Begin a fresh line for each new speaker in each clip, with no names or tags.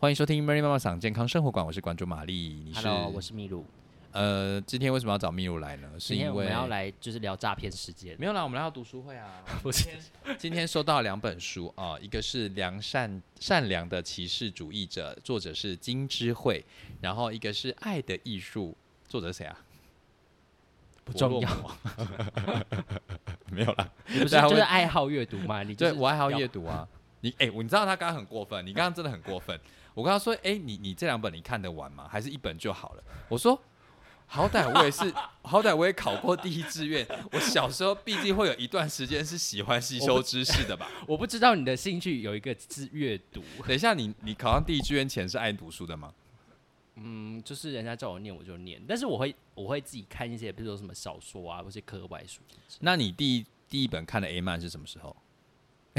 欢迎收听 Mary 妈妈嗓健康生活馆，我是馆主玛丽，你是
Hello，我是秘鲁。
呃，今天为什么要找秘鲁来呢？是
今天
因
我
为
们要来就是聊诈骗事件。
没有啦，我们来到读书会 啊。
不是
今天收到两本书啊、 一个是《良善善良的歧视主义者》，作者是金智慧，然后一个是《爱的艺术》，作者谁啊？
不重要
我 落寞，没有啦。
你不是
大家
就
会
是爱好阅读 嘛？你就
对
是
我爱好
聊
阅读啊。你哎、我你知道他刚刚很过分，你刚刚真的很过分。我跟他说，哎、你你这两本你看得完吗？还是一本就好了？我说，好歹我也是，好歹我也考过第一志愿。我小时候毕竟会有一段时间是喜欢吸收知识的吧。
我不知道你的兴趣有一个字阅读，
等一下你，你考上第一志愿前是爱读书的吗？
嗯，就是人家叫我念我就念，但是我会我会自己看一些，比如说什么小说啊，或是课 外书。
那你第一第一本看的 A 漫是什么时候？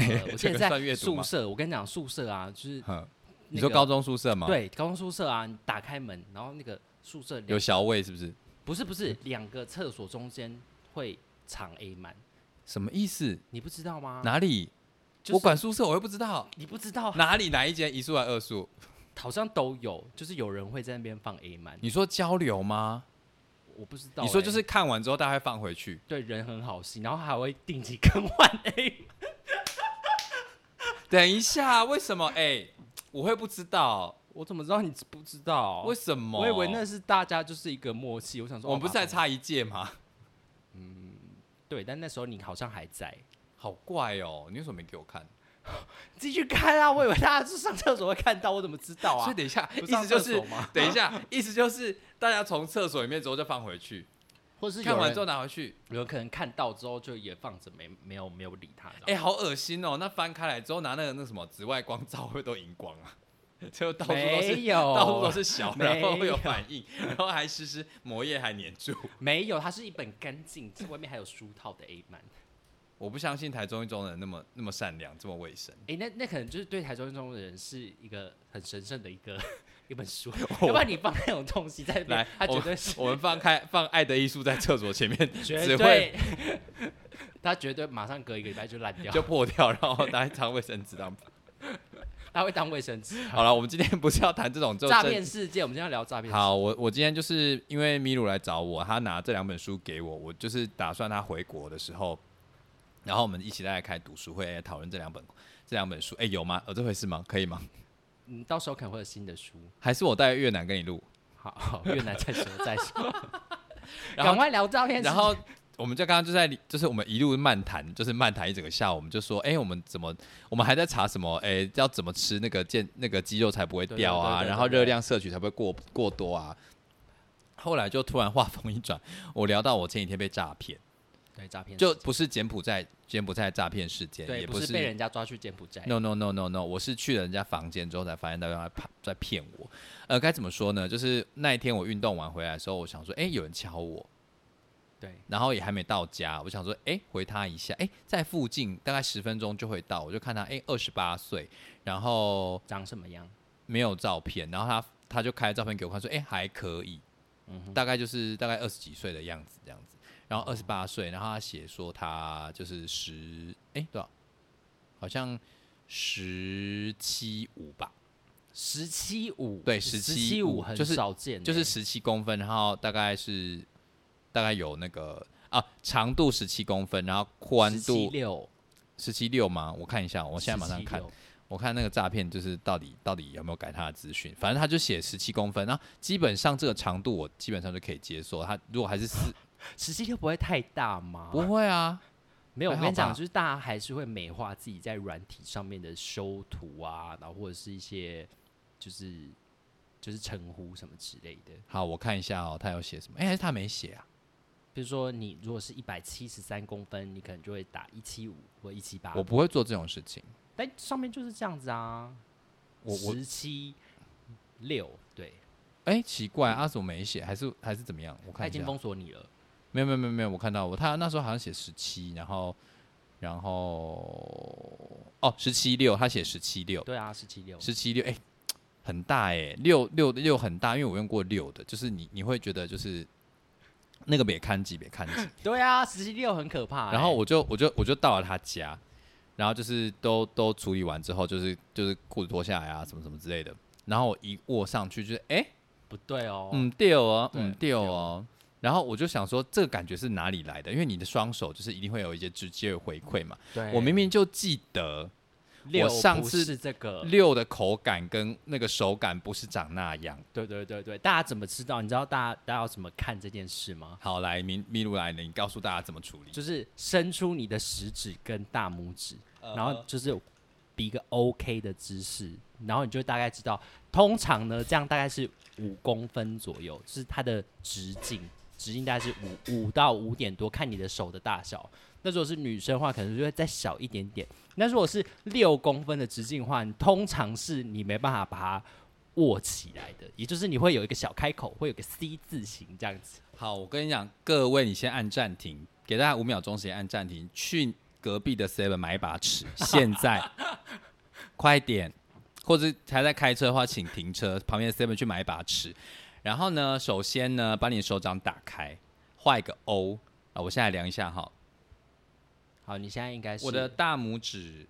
呃我
这
现
个
在
算
在
阅读吗
宿舍，我跟你讲宿舍啊，就是
哼，你
那
说
个
高中宿舍吗？，
对高中宿舍啊，你打开门，然后那个宿舍
有
两
小魏是不是？
不是不是两个厕所中间会藏 A 满，
什么意思？
你不知道吗？
哪里？
啊就是
我管宿舍，我又不知道
你不知道，
哪里哪一间一宿还是二宿。
好像都有，就是有人会在那边放 A 满，
你说交流吗？
我不知道欸、
你说就是看完之后大家会放回去，
对人很好心，然后还会定期 更换 A
等一下，为什么？哎、我会不知道
我怎么知道你不知道？
为什么？
哦我以为那哦是大家就是一个默契。我想说，
我们不是
在
才差一届吗？
对，但那时候你好像还在，
好怪哦，你为什么没给我看？
自己去看啊！我以为大家是上厕所会看到，我怎么知道
所
啊
以？等一下，
不
意
上
思就
厕
是
所吗
等一下，意思就是大家从厕所里面之后就放回去，
或是有
看完
人
之后拿回去。
有可能看到之后就也放着没没有没有理他。
哎、好恶心哦！那翻开来之后拿那个那什么紫外光照会不会都荧光啊， 就到处都是
没有
到处都是小，
没有
然后会有反应，然后还湿湿膜液还粘住。
没有，它是一本干净，外面还有书套的 A 漫。
我不相信台中一中人那么那么善良，这么卫生。
哎、那那可能就是对台中中的人是一个很神圣的一个一本书，要不然你放那种东西在那边
哦来
它绝对是
我们放开放《爱的艺术》在厕所前 面，只
绝
会
对， 他绝对马上隔一个礼拜就烂掉，
就破掉，然后拿一张卫生纸 当。
他会当卫生纸。
好了，我们今天不是要谈这种就
诈
真
骗事件，我们今天要聊诈骗。，
好，我我今天就是因为米鲁来找我，他拿这两本书给我，我就是打算他回国的时候，然后我们一起来开读书会，哎讨论这两本这两本书。哎、有吗？有这回事吗？可以吗？
嗯，到时候可能会有新的书。
还是我带越南跟你录？
好，好越南再说再说，
然后
赶快聊诈骗事件。
然后我们就刚刚就在就是我们一路漫谈，就是漫谈一整个下午，我们就说，哎、我们怎么我们还在查什么？哎、要怎么吃那个健那个肌肉才不会掉啊？
对对对对对
然后热量摄取才不会过过多啊？后来就突然话锋一转，我聊到我前几天被诈骗。
对诈骗事
就
件
不是柬埔寨柬埔寨诈骗事件，
对，
也
不
是
是被人家抓去柬埔寨。
no no no no no，我是去了人家房间之后才发现大家在骗在骗我。呃，该怎么说呢？就是那一天我运动完回来的时候，我想说，哎、有人敲我，
对，
然后也还没到家，我想说，哎、回他一下，哎、在附近大概十分钟就会到，我就看他，哎、2二十八岁，然后
长什么样？
没有照片，然后他他就开照片给我看，说，哎、还可以，
嗯哼，哦
大概就是大概二十几岁的样子这样子，然后二十八岁，然后他写说他就是十哎多少，好像十七五吧，
十七五，
对
十
17
五
五
很
就是
少见欸，
就是十七公分，然后大概是大概有那个啊长度十七公分，然后宽度
六，
十七六吗？我看一下，我现在马上看
17，六。
我看那个诈骗就是到底到底有没有改他的资讯，反正他就写十七公分，然后基本上这个长度我基本上就可以接受，他如果还是四
十七六不会太大吗？
不会啊。
没有，我
还
跟你
好吧
讲，就是大家还是会美化自己在软体上面的修图啊，然后或者是一些就是就是称呼什么之类的。
好，我看一下哦，他有写什么？哎、还是他没写啊？
比如说，你如果是一百七十三公分，你可能就会打一七五或一七八
我，不会做这种事情。
但上面就是这样子啊，
我我
十七六，对，
哎、奇怪，阿、啊、祖没写，还是还是怎么样？我
他
看
已
一下
经。封锁你了。
没有没有没有没有，我看到我他那时候好像写十七，然后然后哦十七六，他写十七六，
对啊，十七六，
哦十七六，哎，很大哎、六六六很大，因为我用过六的，就是你你会觉得就是那个别看机别看机，
对啊，十七六很可怕欸、
然后我就我就我就到了他家，然后就是都都处理完之后，就是就是裤子脱下来啊，什么什么之类的。然后我一握上去就是哎、
不对哦，
嗯掉哦，
对
嗯掉哦。然后我就想说，这个感觉是哪里来的？因为你的双手就是一定会有一些直接的回馈嘛。
对，
我明明就记得
六
我上
不
次
是这个，
六的口感跟那个手感不是长那样。
对对对对，大家怎么知道？你知道大家大家要怎么看这件事吗？
好，来麋麋鹿来了，你告诉大家怎么处理。
就是伸出你的食指跟大拇指，
嗯呃
然后就是比一个 OK 的姿势，然后你就大概知道，通常呢，这样大概是五公分左右，是它的直径，直径大概是五五到五点多，看你的手的大小。那如果是女生的话，可能就会再小一点点。那如果是六公分的直径的话，你通常是你没办法把它握起来的，也就是你会有一个小开口，会有个 C 字形这样子。
好，我跟你讲，各位，你先按暂停，给大家五秒钟时间按暂停，去隔壁的 Seven 买一把尺，现在，快点，或者还在开车的话，请停车，旁边的 Seven 去买一把尺。然后呢，首先呢，把你的手掌打开，画一个 O 啊，我现在量一下哈，
好，你现在应该是
我的大拇指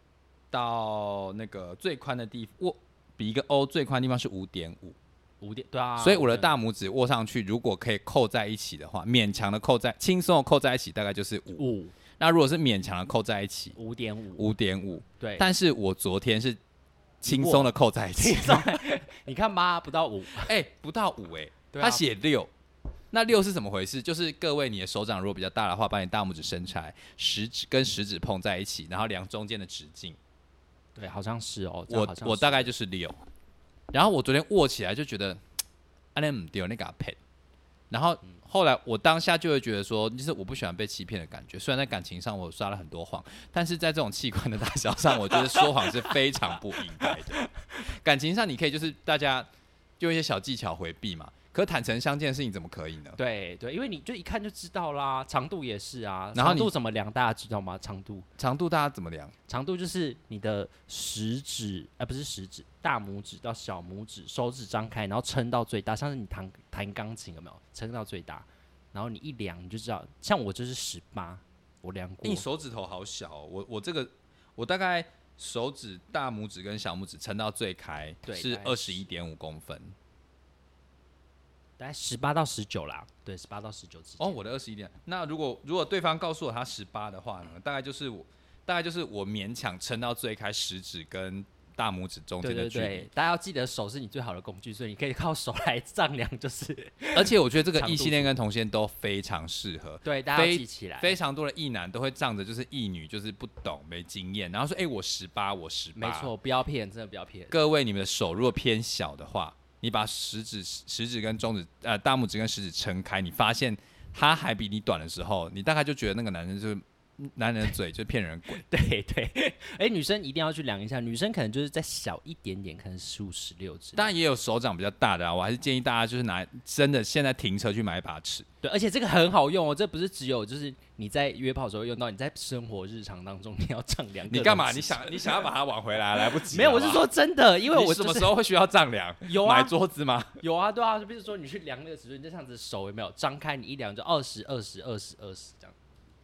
到那个最宽的地我比一个 O 最宽的地方是五点五，
五点，对啊，
所以我的
对
大拇指握上去，如果可以扣在一起的话，勉强的扣在，轻松的扣在一起，大概就是五。
五
那如果是勉强的扣在一起，
五点五，
五点五。
对，
但是我昨天是轻松的扣在一起，
你看吧，不到五，
哎、不到五哎、
对啊
他写六。那六是怎么回事？就是各位，你的手掌如果比较大的话，把你大拇指伸出来，食指跟食指碰在一起，然后量中间的直径。
对，好像是哦，这样好
我
像
我
是
大概就是六。然后我昨天握起来就觉得，阿那唔丢那个配。然后
嗯
后来我当下就会觉得说，就是我不喜欢被欺骗的感觉。虽然在感情上我撒了很多谎，但是在这种器官的大小上，我觉得说谎是非常不应该的。感情上你可以就是大家用一些小技巧回避嘛，可坦诚相见的事情怎么可以呢？
对对，因为你就一看就知道啦，长度也是啊，
然后
长
你
度怎么量，大家知道吗？长度
长度大家怎么量？
长度就是你的食指，呃，不是食指，大拇指到小拇指，手指张开，然后撑到最大，像是你弹弹钢琴有没有？撑到最大，然后你一量你就知道，像我就是十八，我量过
欸你，手指头好小、哦，我我这个我大概手指大拇指跟小拇指撑到最开
对
是
大概
二十
是
一点五公分。
大概十八到十九啦，对，十八到十九之间。
哦，我的二十一点。那如果如果对方告诉我他十八的话呢，大概就是我大概就是我勉强撑到最开食指跟大拇指中
对
间的
对
距离。
对，大家要记得手是你最好的工具，所以你可以靠手来 丈量，就是
而且我觉得这个
长度
异性恋跟同性恋都非常适合。
对大家要
非
记起来。
非常多的异男都会仗着就是异女就是不懂没经验，然后说哎、我十八我十八，
没错，不要骗，真的不 要骗。
各位，你们的手如果偏小的话，你把食指、食指跟中指、呃大拇指跟食指撑开，你发现他还比你短的时候，你大概就觉得那个男人就是嗯男人的嘴就是骗人鬼。
对对， 哎，女生一定要去量一下，女生可能就是再小一点点，可能十五、十六之类。
当然也有手掌比较大的啊，我还是建议大家就是拿真的现在停车去买一把尺。
对，而且这个很好用哦，这不是只有就是你在约炮的时候用到，你在生活日常当中你要丈量。
你干嘛？你？ 想你想要把它挽回来，来不及。
没有，
好
我
不
是
好，
说真的，因为
你
我
什
就
么
是
时候会需要丈量？
有啊
买桌子吗？
有啊，对啊，就比如说你去量那个尺寸，你就这样子手有没有张开，你一量就二十、二十、二十、二十这样，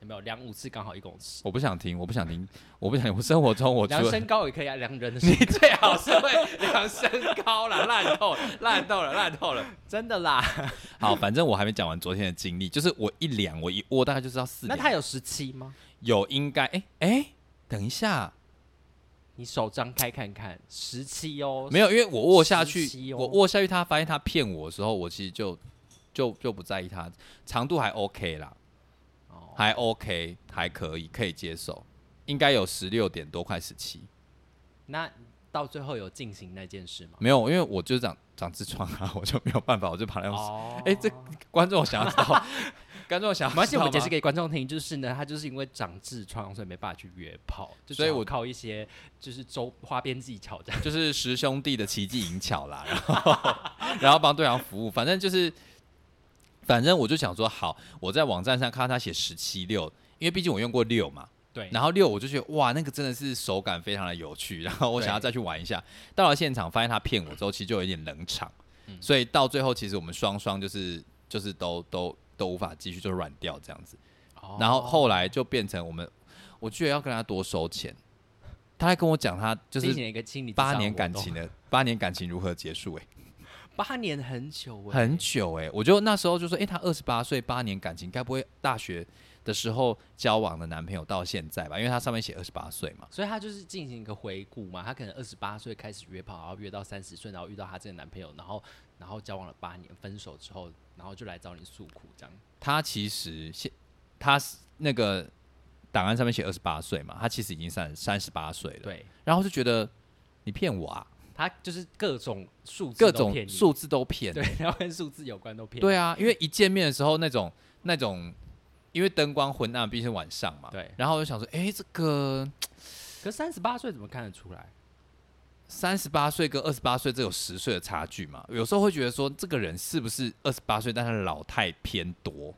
有没有量五次刚好一公尺？
我不想听，我不想听，我不想听。我生活中我除
量
了
身高也可以啊，量人 的身
你最好是会量身高啦，烂透了，烂透了，烂透了。
真的啦。
好，反正我还没讲完昨天的经历，就是我一量，我一握大概就知道四
那
两。
他有十七吗？
有应该，哎、哎、等一下，
你手张开看看，十七哦。
没有，因为我握下
17
去，
哦
我握下去，他发现他骗我的时候，我其实就就就不在意他，长度还 OK 啦，
哦，
还 OK，还可以，可以接受，应该有十六点多，快十七。
那到最后有进行那件事吗？
没有，因为我就长长痔疮啊， 我就没有办法，我就把它用。哎、
哦
这观众想要知道，观众想要知道吗，
没关系，我们解释给观众听，就是呢，他就是因为长痔疮，所以没办法去约炮，就
所以
只好
我
靠一些就是周花边技巧这样。
就是十兄弟的奇技淫巧啦，然后 然后帮对方服务，反正就是，反正我就想说，好，我在网站上看到他写十七六，因为毕竟我用过六嘛，
对，
然后六我就觉得哇，那个真的是手感非常的有趣，然后我想要再去玩一下。到了现场发现他骗我之后，其实就有一点冷场，
嗯
所以到最后其实我们双双就是就是都都都无法继续，就软掉这样子。
哦
然后后来就变成我们，我居然要跟他多收钱，他还跟我讲他就
进
是
行一个心理
八年感
智商
情的八年感情如何结束、欸，
活动，八年很久欸
很久哎、我就那时候就说，哎、她二十八岁，八年感情，该不会大学的时候交往的男朋友到现在吧？因为她上面写二十八岁嘛。
所以她就是进行一个回顾嘛，她可能二十八岁开始约炮，然后约到三十岁，然后遇到她这个男朋友，然后然后交往了八年，分手之后，然后就来找你诉苦这样。
她其实现她那个档案上面写二十八岁嘛，她其实已经三三十八岁了。，
对，
然后就觉得你骗我啊，
她就是各种数字
各
都
种
骗你
数字都骗。
对，然后跟数字有关都骗你。
对啊，因为一见面的时候那种那种，因为灯光昏暗，毕竟是晚上嘛。
对
然后我就想说，哎、这个
可三十八岁怎么看得出来？
三十八岁跟二十八岁这有十岁的差距嘛，有时候会觉得说这个人是不是二十八岁，但他老态偏多。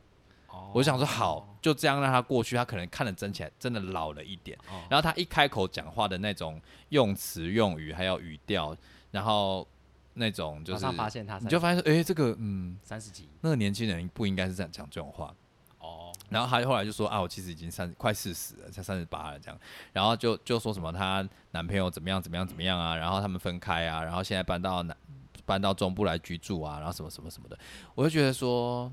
哦
我就想说好，就这样让他过去，他可能看得真起来真的老了一点。
哦
然后他一开口讲话的那种用词用语，还有语调，然后那种就
马
是
上发现哦他
你就
三
发现说，哎、这个嗯，
三十几
那个年轻人不应该是这样讲这种话。
哦，
然后他后来就说啊，我其实已经三快四十了，才三十八了这样。然后就就说什么她男朋友怎么样怎么样怎么样啊，然后他们分开啊，然后现在搬到南搬到中部来居住啊，然后什么什么什么的。我就觉得说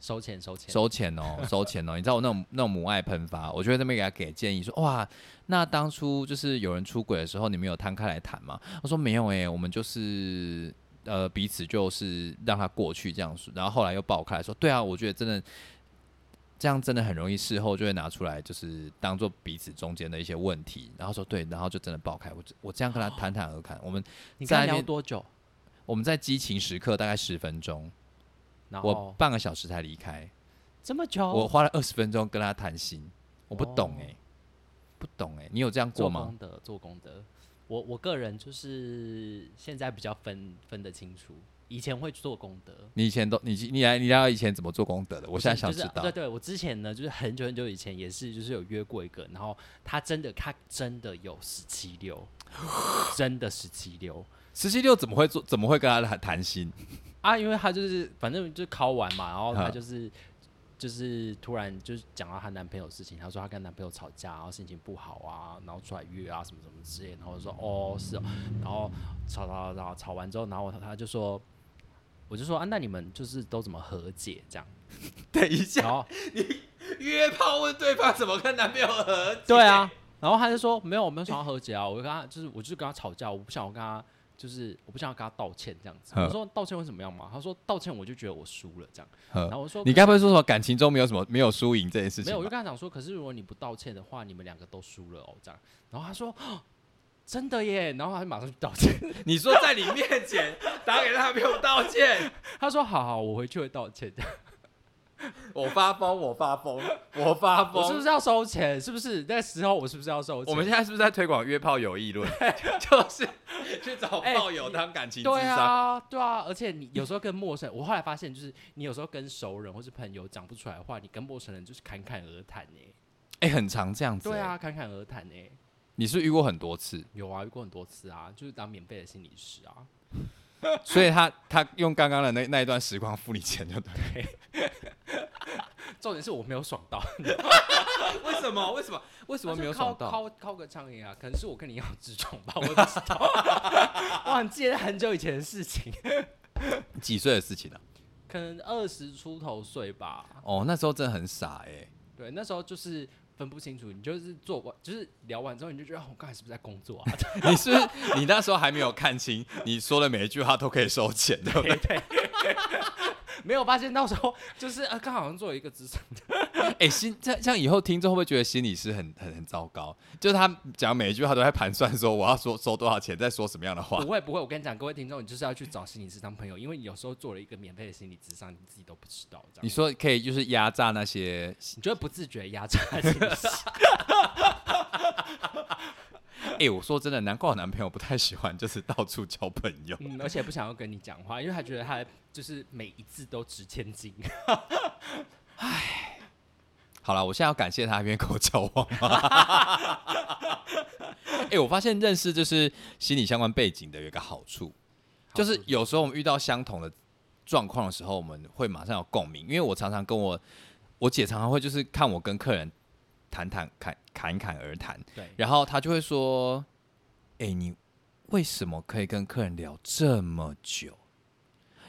收钱收钱，
收钱哦，收钱哦，你知道我那种那种母爱喷发，我就会这边给他给建议说哇，那当初就是有人出轨的时候，你们有摊开来谈吗？他说没有诶、我们就是。呃，彼此就是让他过去这样说，然后后来又爆开来说，对啊，我觉得真的这样真的很容易事后就会拿出来，就是当做彼此中间的一些问题，然后说对，然后就真的爆开。我我这样跟他侃侃而谈，我们
你跟
在
他
那边
聊多久？
我们在激情时刻大概十分钟，
然
我
后
半个小时才离开。
这么久，
我花了二十分钟跟他谈心，我不懂
哦
哎、不懂哎、你有这样过
做
吗？
功德做功德。我我个人就是现在比较分分得清楚，以前会做功德，
你以前都你你来你聊以前怎么做功德的？我现在想知
就
道。
是、对对，我之前呢，就是很久很久以前也是，就是有约过一个，然后他真的他真的有十七六，真的十七六
十七六怎么会做？怎么会跟他谈谈心？
啊，因为他就是反正就是考完嘛，然后他
嗯
就是。就是突然就是讲到她男朋友的事情，她说她跟男朋友吵架，然后心情不好啊，然后出来约啊什么什么之类的，然后我就说哦是哦，然后吵吵吵吵完之后，然后她她就说，我就说啊那你们就是都怎么和解这样，
等一
然
下，
后
约炮问对方怎么跟男朋友和解？
对啊，然后他就说没有，我没有想要和解啊，我就跟他就是我就是跟他吵架，我不想要跟他就是我不想要跟他道歉这样子。
嗯
我说道歉会怎么样嘛？他说道歉我就觉得我输了这样，
嗯
然后我说
你该不会说什么感情中没有什么没有输赢这件事
没
情
有，我
吧
就？跟他讲说，可是如果你不道歉的话，你们两个都输了哦这样。然后他说。哦真的耶，然后他就马上去道歉。
你说在你面前打给他没有道歉，
他说：“好好，我回去会道歉。这样
我发疯，我发 疯， 我发
我是不是要收钱？是不是那时候我是不是要收钱？
我们现在是不是在推广约炮友谊 论？ 就是去找
哎
炮友当感情智
对
商。
啊，对啊，而且你有时候跟陌生人，我后来发现就是你有时候跟熟人或是朋友讲不出来的话，你跟陌生人就是侃侃而谈哎、
哎、很常这样子、
对，啊，侃侃而谈哎、
你是不是遇过很多次，
有啊，遇过很多次啊，就是当免费的心理师啊。
所以他他用刚刚的那那一段时光付你钱就对。
重点是我没有爽到，
为什么？为什么？为什么没有爽到？
敲敲个苍蝇啊，可能是我跟你要直宠吧，我也不知道。 哇，你记得很久以前的事情，
几岁的事情啊？
可能二十出头岁吧。
哦，那时候真的很傻哎、
对，那时候就是分不清楚，你就是做完，就是聊完之后，你就觉得、哦、我刚才是不是在工作啊？
你是不是你那时候还没有看清，你说的每一句话都可以收钱，对不对？
没有发现，到时候就是呃，刚好像做一个职场
哎、心这样这样以后听众会不会觉得心理师很很很糟糕？就是他讲每一句话都在盘算说我要说收多少钱，再说什么样的话
不。会不会，我跟你讲，各位听众，你就是要去找心理咨商朋友，因为你有时候做了一个免费的心理咨商，你自己都不知道，这
你
样
说可以就是压榨那些
你就会不自觉压榨自 己。
哎、我说真的，难怪我男朋友不太喜欢，就是到处交朋友。
嗯，而且不想要跟你讲话，因为他觉得他就是每一字都值千金。
好了，我现在要感谢他，因为跟我交往嘛。哎、我发现认识就是心理相关背景的有一个好处，
嗯
就是有时候我们遇到相同的状况的时候，我们会马上有共鸣。因为我常常跟我我姐常常会就是看我跟客人谈谈侃侃侃而谈，
对，
然后他就会说：“哎、你为什么可以跟客人聊这么久？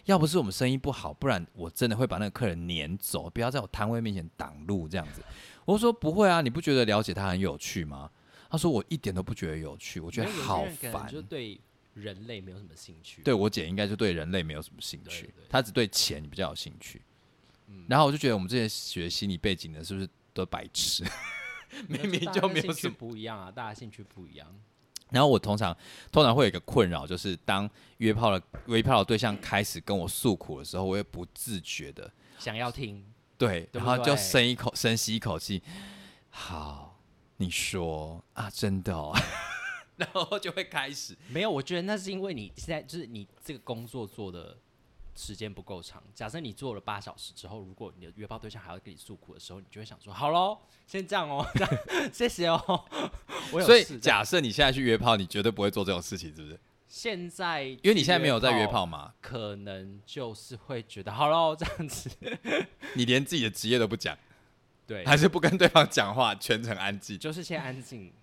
要不是我们生意不好，不然我真的会把那个客人撵走，不要在我摊位面前挡路这样子。”我就说：“不会啊，你不觉得了解他很有趣吗？”他说：“我一点都不觉得有趣，我觉得
因为有些
好
人可能
烦。
就对人类没有什么兴趣。
对我姐应该就对人类没有什么兴
对
趣
对，嗯
她只对钱比较有兴趣。然后我就觉得我们这些学心理背景的，是不是都白 痴？
没有，
明明
大家
就没有
兴
什
趣
么。
不一样啊，大家兴趣不一样。
然后我通常通常会有一个困扰，就是当约炮的约炮的对象开始跟我诉苦的时候，我会不自觉的
想要听，
对，
对
然
不
后
哎
就
对
深一口深吸一口气，好，你说啊，真的 哦，然后就会开始
没有，我觉得那是因为你现在就是你这个工作做的时间不够长。假设你做了八小时之后，如果你的约炮对象还要跟你诉苦的时候，你就会想说：好喽，先这样哦， 这样谢谢哦。 我有
所以
事这样
假设你现在去约炮，你绝对不会做这种事情，是不是？
现在，因
因为你现在没有在约，炮嘛，
可能就是会觉得好喽这样子。
你连自己的职业都不讲，
对，
还是不跟对方讲话，全程安静。
就是先安静，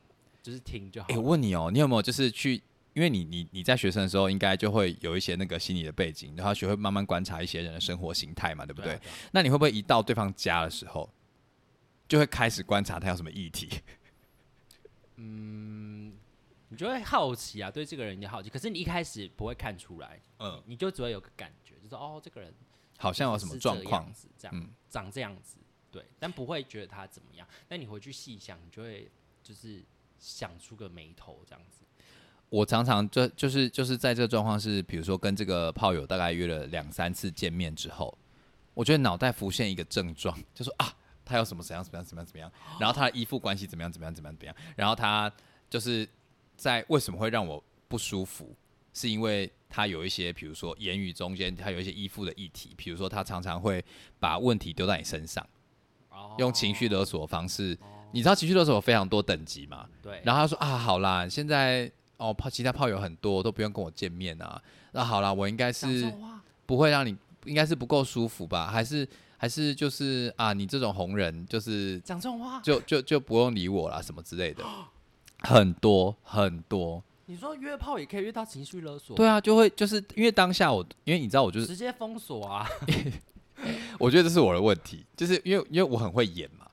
就是听就好
哎、我
了。
问你哦，你有没有就是去，因为你你你在学生的时候，应该就会有一些那个心理的背景，然后学会慢慢观察一些人的生活形态嘛，对不对？
对啊对啊
那你会不会一到对方家的时候，就会开始观察他有什么议题？
你就会好奇啊，对这个人也好奇，可是你一开始不会看出来，
嗯，
你就只会有个感觉，就是哦，这个人
好像有什么
是
状
这
况
样？子，这样、
嗯
长这样子，对，但不会觉得他怎么样。但你回去细想，你就会就是想出个眉头这样子。
我常常就就是就是在这个状况是，比如说跟这个炮友大概约了两三次见面之后，我觉得脑袋浮现一个症状，就说啊，他有什么怎样怎么样怎么样怎么样，然后他的依附关系怎么样怎么样怎么样怎么样，然后他就是在为什么会让我不舒服，是因为他有一些比如说言语中间他有一些依附的议题，比如说他常常会把问题丢在你身上，
哦
用情绪勒索的方式，你知道情绪勒索有非常多等级嘛，
对，
然后他说啊，好啦，现在哦炮其他炮友很多，都不用跟我见面啊。那好啦，我应该
讲这
是
种话
不会让你，应该是不够舒服吧？还是还是就是啊，你这种红人就是
讲这种话，
就就就不用理我啦，什么之 类的，很多很多。
你说约炮也可以约到情绪勒索，
对啊，就会就是因为当下我，因为你知道我就是，
直接封锁啊，
我觉得这是我的问题，就是因为因为我很会演嘛，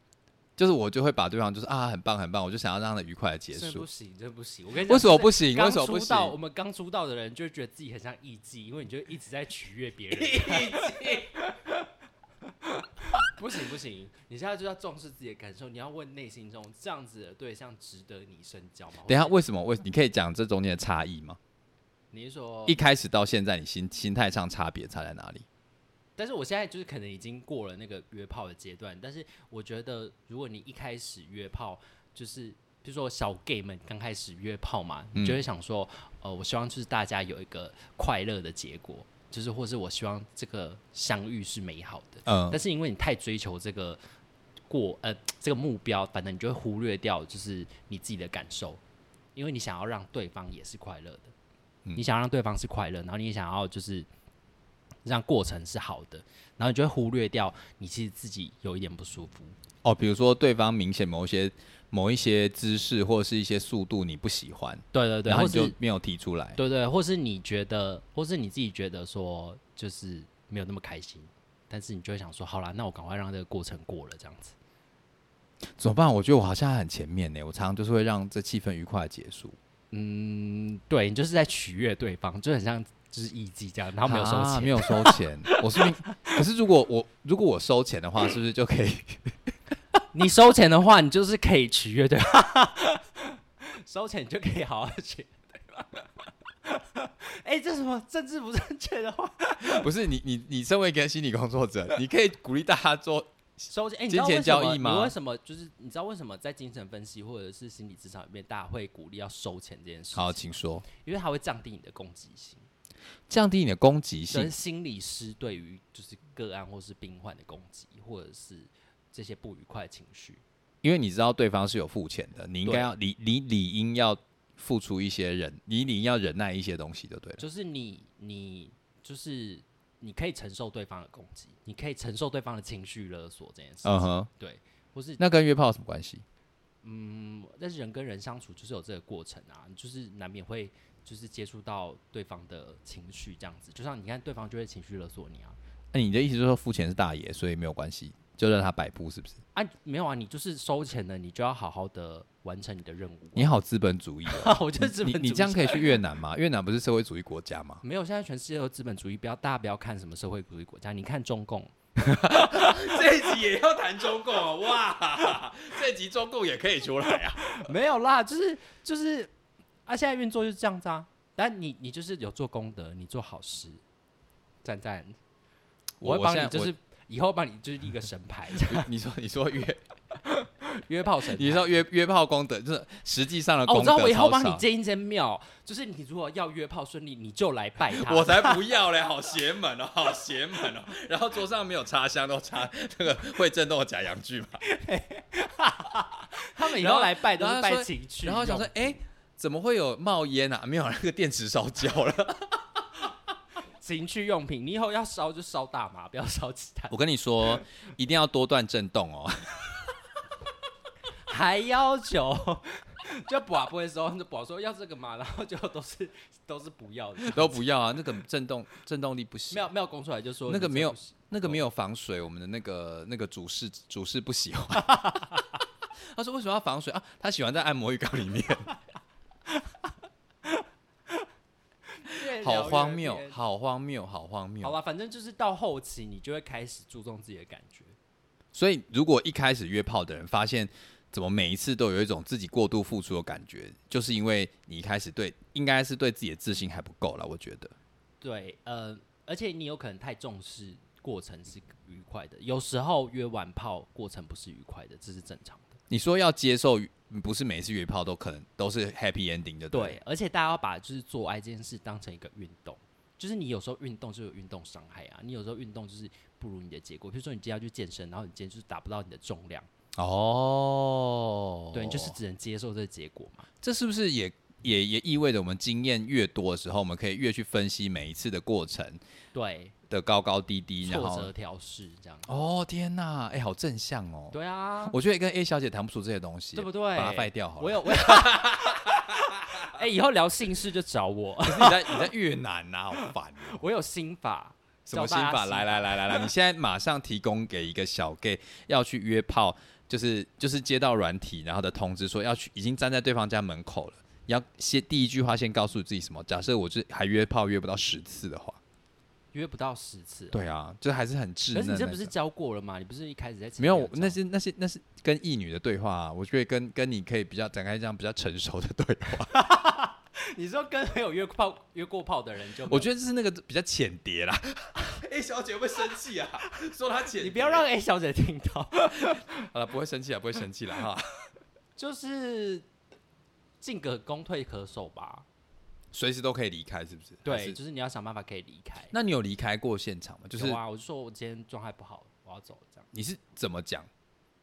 就是我就会把对方就是啊很棒很棒，我就想要让他愉快的结
这不
束。
行，这不行。我跟你讲，
为什么
就是
不行？为
刚
什么不
出道，
行
我？们刚出道的人就会觉得自己很像艺妓，因为你就一直在取悦别人。 不行不行，你现在就要重视自己的感受，你要问内心中这样子的对象值得你深交吗？
等一下，为什么？为你可以讲这中间的差异吗？
你是说
一，开始到现在，你心心态上差别差在哪里？
但是我现在就是可能已经过了那个约炮的阶段，但是我觉得如果你一开始约炮，就是比如说小 gay 们刚开始约炮嘛，你就会想说，呃，我希望就是大家有一个快乐的结果，就是或是我希望这个相遇是美好的。
嗯
但是因为你太追求这个过呃这个目标，反正你就会忽略掉就是你自己的感受，因为你想要让对方也是快乐的，
嗯
你想要让对方是快乐，然后你也想要就是让过程是好的，然后你就会忽略掉你其实自己有一点不舒服。
哦，比如说对方明显某一些某一些姿势或者是一些速度你不喜欢，
对对对，
然后
或
你就是没有提出来。
对对，或是你觉得，或是你自己觉得说就是没有那么开心。但是你就会想说，好啦，那我赶快让这个过程过了，这样子。
怎么办？我觉得我好像还很前面呢，我常常就是会让这气氛愉快地结束，
嗯，对你就是在取悦对方，就很像就是艺妓这样，然后没有收
啊
钱，
没有收钱。 我是不是？可是如果我如果我收钱的话，是不是就可以？
你收钱的话，你就是可以取悦对方， 收钱你就可以好好取悦对方。哎、这什么政治不正确的话？
不是你你你身为一个心理工作者，你可以鼓励大家做
收钱？哎、你知道
金
为
钱
什
交
么？
易吗
你为什么就是你知道为什么在精神分析或者是心理职场里面，大家会鼓励要收钱这件事
好，
情？
请说，
因为它会降低你的攻击性，
降低你的攻击
跟
性。
心理师对于就是个案或是病患的攻击，或者是这些不愉快的情绪。
因为你知道对方是有付钱的，你应该要理你理应要付出一些忍，你理应要忍耐一些东西就对了。
就是你你就是你可以承受对方的攻击，你可以承受对方的情绪勒索这件事情，
嗯哼，
对，或是
那跟约炮有什么关系？
嗯，但是人跟人相处就是有这个过程啊，你就是难免会就是接触到对方的情绪这样子，就像你看对方就会情绪勒索你啊，
那、你的意思就是说付钱是大爷，所以没有关系，就让他摆布，是不是？
啊没有啊，你就是收钱了，你就要好好的完成你的任务。
你好资本主义、 哦，
我就是资
你
本
你
主义
这样可以去越南吗？越南不是社会主义国家吗？
没有，现在全世界都资本主义，不要大家不要看什么社会主义国家，你看中共，
这一集也要谈中共哦，哇！这一集中共也可以出来啊。
没有啦，就是就是啊，现在运作就是这样子啊。但你你就是有做功德，你做好事，赞赞，我会帮你，就是以后帮你就是立个神牌，
我你说你说约，
约炮神牌。
你说约约炮功德，就是实际上的
哦，我
功
知
德超
道，
少。
我以后帮你建一间庙，就是你如果要约炮顺利，你就来拜 他。
我才不要嘞，好邪门哦，好邪门 哦。然后桌上没有插香，都插那个会震动的假洋具嘛。
他们以
然
后
后
来拜都
然
是
后
拜
说
情趣 用，
然后想说，哎、怎么会有冒烟啊？没有，那个电池烧焦了。
情趣用品，你以后要烧就烧大麻，不要烧其 他，
我跟你说，一定要多段震动 哦。
还要求 就不不会说就不说要这个嘛，然后就都是都是不要的，
都不要啊，那个震动震动力不行，
没有没有公出来就说
那个
你这
没有
不行
那个没有防水，我们的那个那个主事主事不喜 欢。他说为什么要防水啊？他喜欢在按摩浴缸里 面，
越聊
好
越
荒谬
偏，
好荒谬，好荒
好
谬。
吧，反正就是到后期你就会开始注重自己的感觉。
所以如果一开始约炮的人发现。怎么每一次都有一种自己过度付出的感觉，就是因为你一开始对应该是对自己的自信还不够了，我觉得。
对，呃，而且你有可能太重视过程是愉快的，有时候约完炮过程不是愉快的，这是正常的。
你说要接受，嗯不是每一次约炮都可能都 是 happy ending 的，
对，而且大家要把就是做爱这件事当成一个运动，就是你有时候运动就有运动伤害啊，你有时候运动就是不如你的结果。比如说你今天要去健身，然后你今天就是达不到你的重量，
哦，
对，你就是只能接受这个结果嘛。
这是不是也也也意味着我们经验越多的时候，我们可以越去分析每一次的过程
对，
的高高低低，然
挫
后
折调试这样。
哦天哪，哎、好正向哦！
对啊，
我觉得跟 A 小姐谈不出这些东西，
对不对？
把它废掉好了。
我有我 有。哎、以后聊姓氏就找我，
可是你在你在越南呐、好烦哦、
我有心法。
什么
教
心
大家
法？来来来来来，你现在马上提供给一个小 gay 要去约炮，就是就是接到软体然后的通知说要去，已经站在对方家门口了。你要先第一句话先告诉自己什么？假设我是还约炮约不到十次的话，
约不到十次。，
对啊，就还是很稚嫩
可
那种。
是你这不是教过了吗？你不是一开始在前
没
面
有
教？
那是那是那是跟异女的对话、啊，我觉得跟跟你可以比较展开这样比较成熟的对话。
你说跟没有约炮约过炮的人就没有，
我觉得这是那个比较浅碟啦。A 小姐会生气啊，说她浅
你不要让 A 小姐听到，
好了，不会生气啊，不会生气了哈。
就是进可攻退可守吧。
随时都可以离开，是不是？还
对，
是
就是你要想办法可以离开。
那你有离开过现场吗？就是
有啊，我就说我今天状态不好，我要走，这样
你是怎么讲？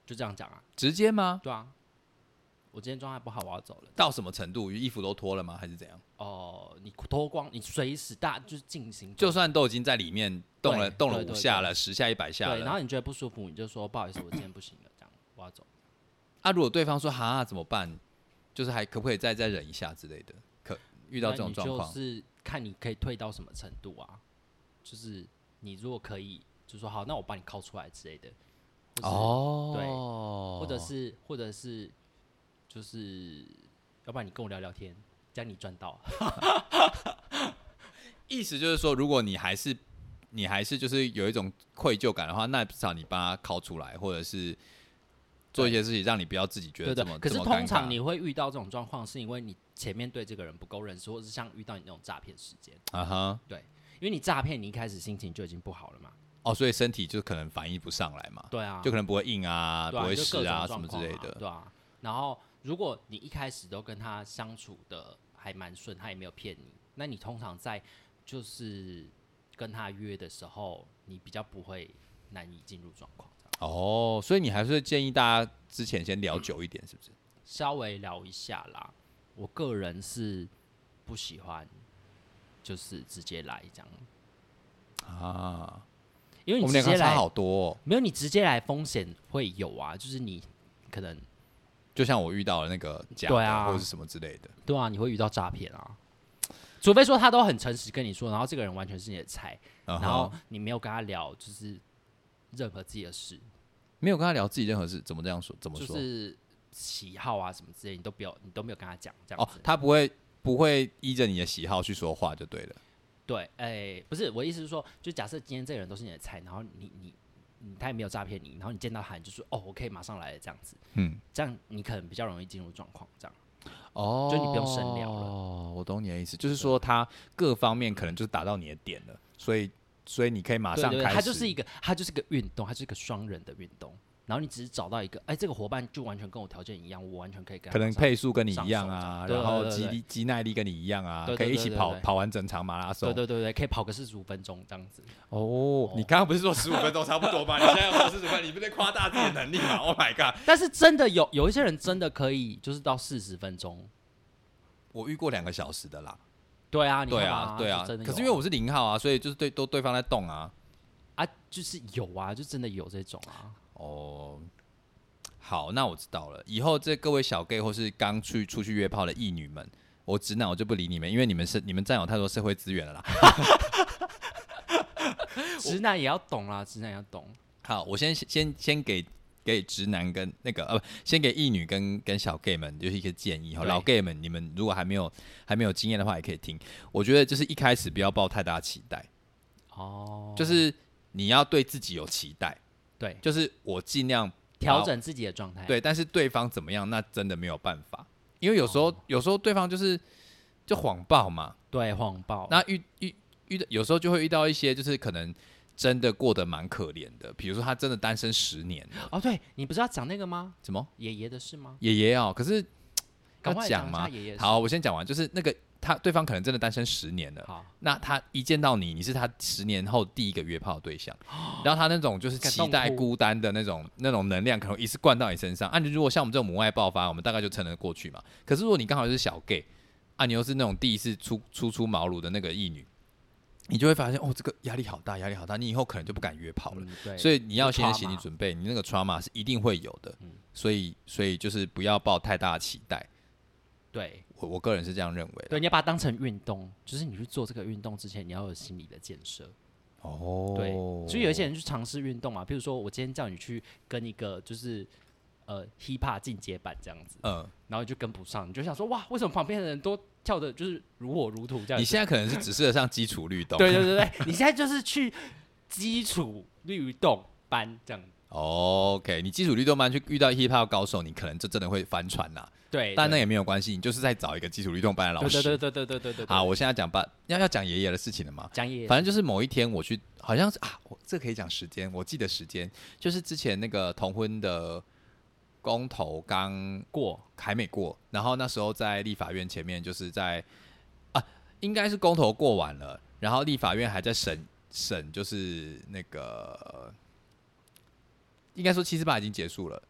就这样讲啊。
直接吗？
对啊，我今天状态不好，我要走了。
到什么程度？衣服都脱了吗？还是怎样？
哦、你脱光，你随时大就是进行
就算都已经在里面动了
对
动了
对对
五下了，十下一百下
对，然
了。
后你觉得不舒服，你就说不好意思，我今天不行了，这样我要走。
啊，如果对方说哈怎么办？就是还可不可以再再忍一下之类的？可遇到这种状
那
况
你，就是看你可以退到什么程度啊。就是你如果可以，就说好，那我把你铐出来之类的。或是，
哦
或者是或者是就是，要不然你跟我聊聊天，这样你赚到。
意思就是说，如果你还是你还是就是有一种愧疚感的话，那至少你把它拷出来，或者是做一些事情，让你不要自己觉得
对
这
对
么。
可是
这么尴
通
尬
常你会遇到这种状况，是因为你前面对这个人不够认识，或者是像遇到你那种诈骗事件，
啊哈
因为你诈骗，你一开始心情就已经不好了嘛。
哦，所以身体就可能反应不上来嘛，
对啊，
就可能不会硬啊，
对啊
不会
就
湿
各
啊
种
什么之
状
类
况啊
的。
对啊。然后，如果你一开始都跟他相处的还蛮顺，他也没有骗你，那你通常在就是跟他约的时候，你比较不会难以进入状况，这样
哦，所以你还是建议大家之前先聊久一点，是不是？
稍微聊一下啦。我个人是不喜欢，就是直接来这样，
啊，
因为
我
你
们
直
两
接
个差
来
好多哦。
没有你直接来风险会有啊，就是你可能
就像我遇到了那个假
对
的
啊
或者是什么之类的，
对啊，你会遇到诈骗啊。除非说他都很诚实跟你说，然后这个人完全是你的菜，
然
然后你没有跟他聊就是任何自己的事，
没有跟他聊自己任何事，怎么这样说？怎么
就
说？
是喜好啊什么之类，你都不要，你都没有跟他讲这
哦
样子。，
他不会不会依着你的喜好去说话就对了。
对，哎、不是我的意思是说，就假设今天这个人都是你的菜，然后你你你他也没有诈骗你，然后你见到他你就说哦，我可以马上来这样子，
嗯，
这样你可能比较容易进入状况，这样
哦
就你不用深聊了
哦，我懂你的意思，就是说他各方面可能就是打到你的点了，所以所以你可以马上
对对
开始。
对，它就是一个它就是一个运动，它就是一个双人的运动，然后你只是找到一个，哎，这个伙伴就完全跟我条件一样，我完全可以跟他
可能
马上
配速跟你一样啊，
上手对
然后
对对
肌
对
力肌耐力跟你一样啊，
对对
可以一
对
起
对
跑
对
跑完整场马拉松
对。对对对，可以跑个四十五分钟这样子，
哦，你刚刚不是说十五分钟差不多吗？你现在要说四十分，你不是在夸大自己的能力吗？Oh my god！
但是真的有有一些人真的可以就是到四十分钟，
我遇过两个小时的啦。
对啊，你
对
看
啊
嘛，
对
就
啊
真的，有
可是因为我是零号啊，所以就是对都对方在动啊。
啊就是有啊，就真的有这种啊，
哦，好，那我知道了。以后这各位小 gay 或是刚去出去约炮的异女们，我直男我就不理你们，因为你们是你们占有太多社会资源了啦。
直男也要懂啦，直男也要懂，
好，我先先先给给直男跟那个呃，不，先给异女跟跟小 gay 们就是一个建议哈。
对
老 gay 们，你们如果还没有还没有经验的话，也可以听。我觉得就是一开始不要抱太大期待，
哦，
就是你要对自己有期待，
对，
就是我尽量
调
把
整自己的状态，
对，但是对方怎么样，那真的没有办法，因为有时候、
哦
有时候对方就是就谎报嘛，
对，谎报，
那遇遇遇到有时候就会遇到一些就是可能真的过得蛮可怜的，比如说他真的单身十年了，
哦，对你不是要讲那个吗？
怎么
爷爷的事吗？
爷爷哦，可是
赶
要
快
讲
一
吗
下爷爷的事。
好，我先讲完，就是那个他对方可能真的单身十年了。
好，
那他一见到你，你是他十年后第一个约炮对 象，然后他那种就是
感
期
动
待
哭
孤单的那种那种能量，可能一次灌到你身上。啊，你如果像我们这种母爱爆发，我们大概就撑得过去嘛。可是如果你刚好就是小 gay，啊，你又是那种第一次初初出茅庐的那个异女，你就会发现哦，这个压力好大，压力好大，你以后可能就不敢约炮了。
嗯，对，
所
以
以你要先
有
心理
trauma 嗯
准备，你那个 trauma 是一定会有的。所以所以就是不要抱太大的期待，
对
我我个人是这样认为的。
对，你要把它当成运动，就是你去做这个运动之前，你要有心理的建设。
哦
对，所以有一些人去尝试运动啊嘛，比如说我今天叫你去跟一个就是呃 hip hop 进阶版这样子，
嗯。
然后你就跟不上，你就想说哇，为什么旁边的人都跳的就是如火如荼这样子？
你现在可能是只适合上基础律动。
对对对对，你现在就是去基础律动班这样。
OK，你基础律动班去遇到 hip hop 高手，你可能就真的会翻船啦。
对，
但那
对
也没有关系，你就是在找一个基础律动班的老
对
师。
对对对对对对对，
好，我现在讲吧，要要讲爷爷的事情了嘛。
讲也
反正就是某一天我去，好像是啊，我这可以讲时间，我记得时间就是之前那个同婚的公投刚
过
还没过，然后那时候在立法院前面就是在啊，应该是公投过完了，然后立法院还在审审，就是那个应该说七四八已经结束了，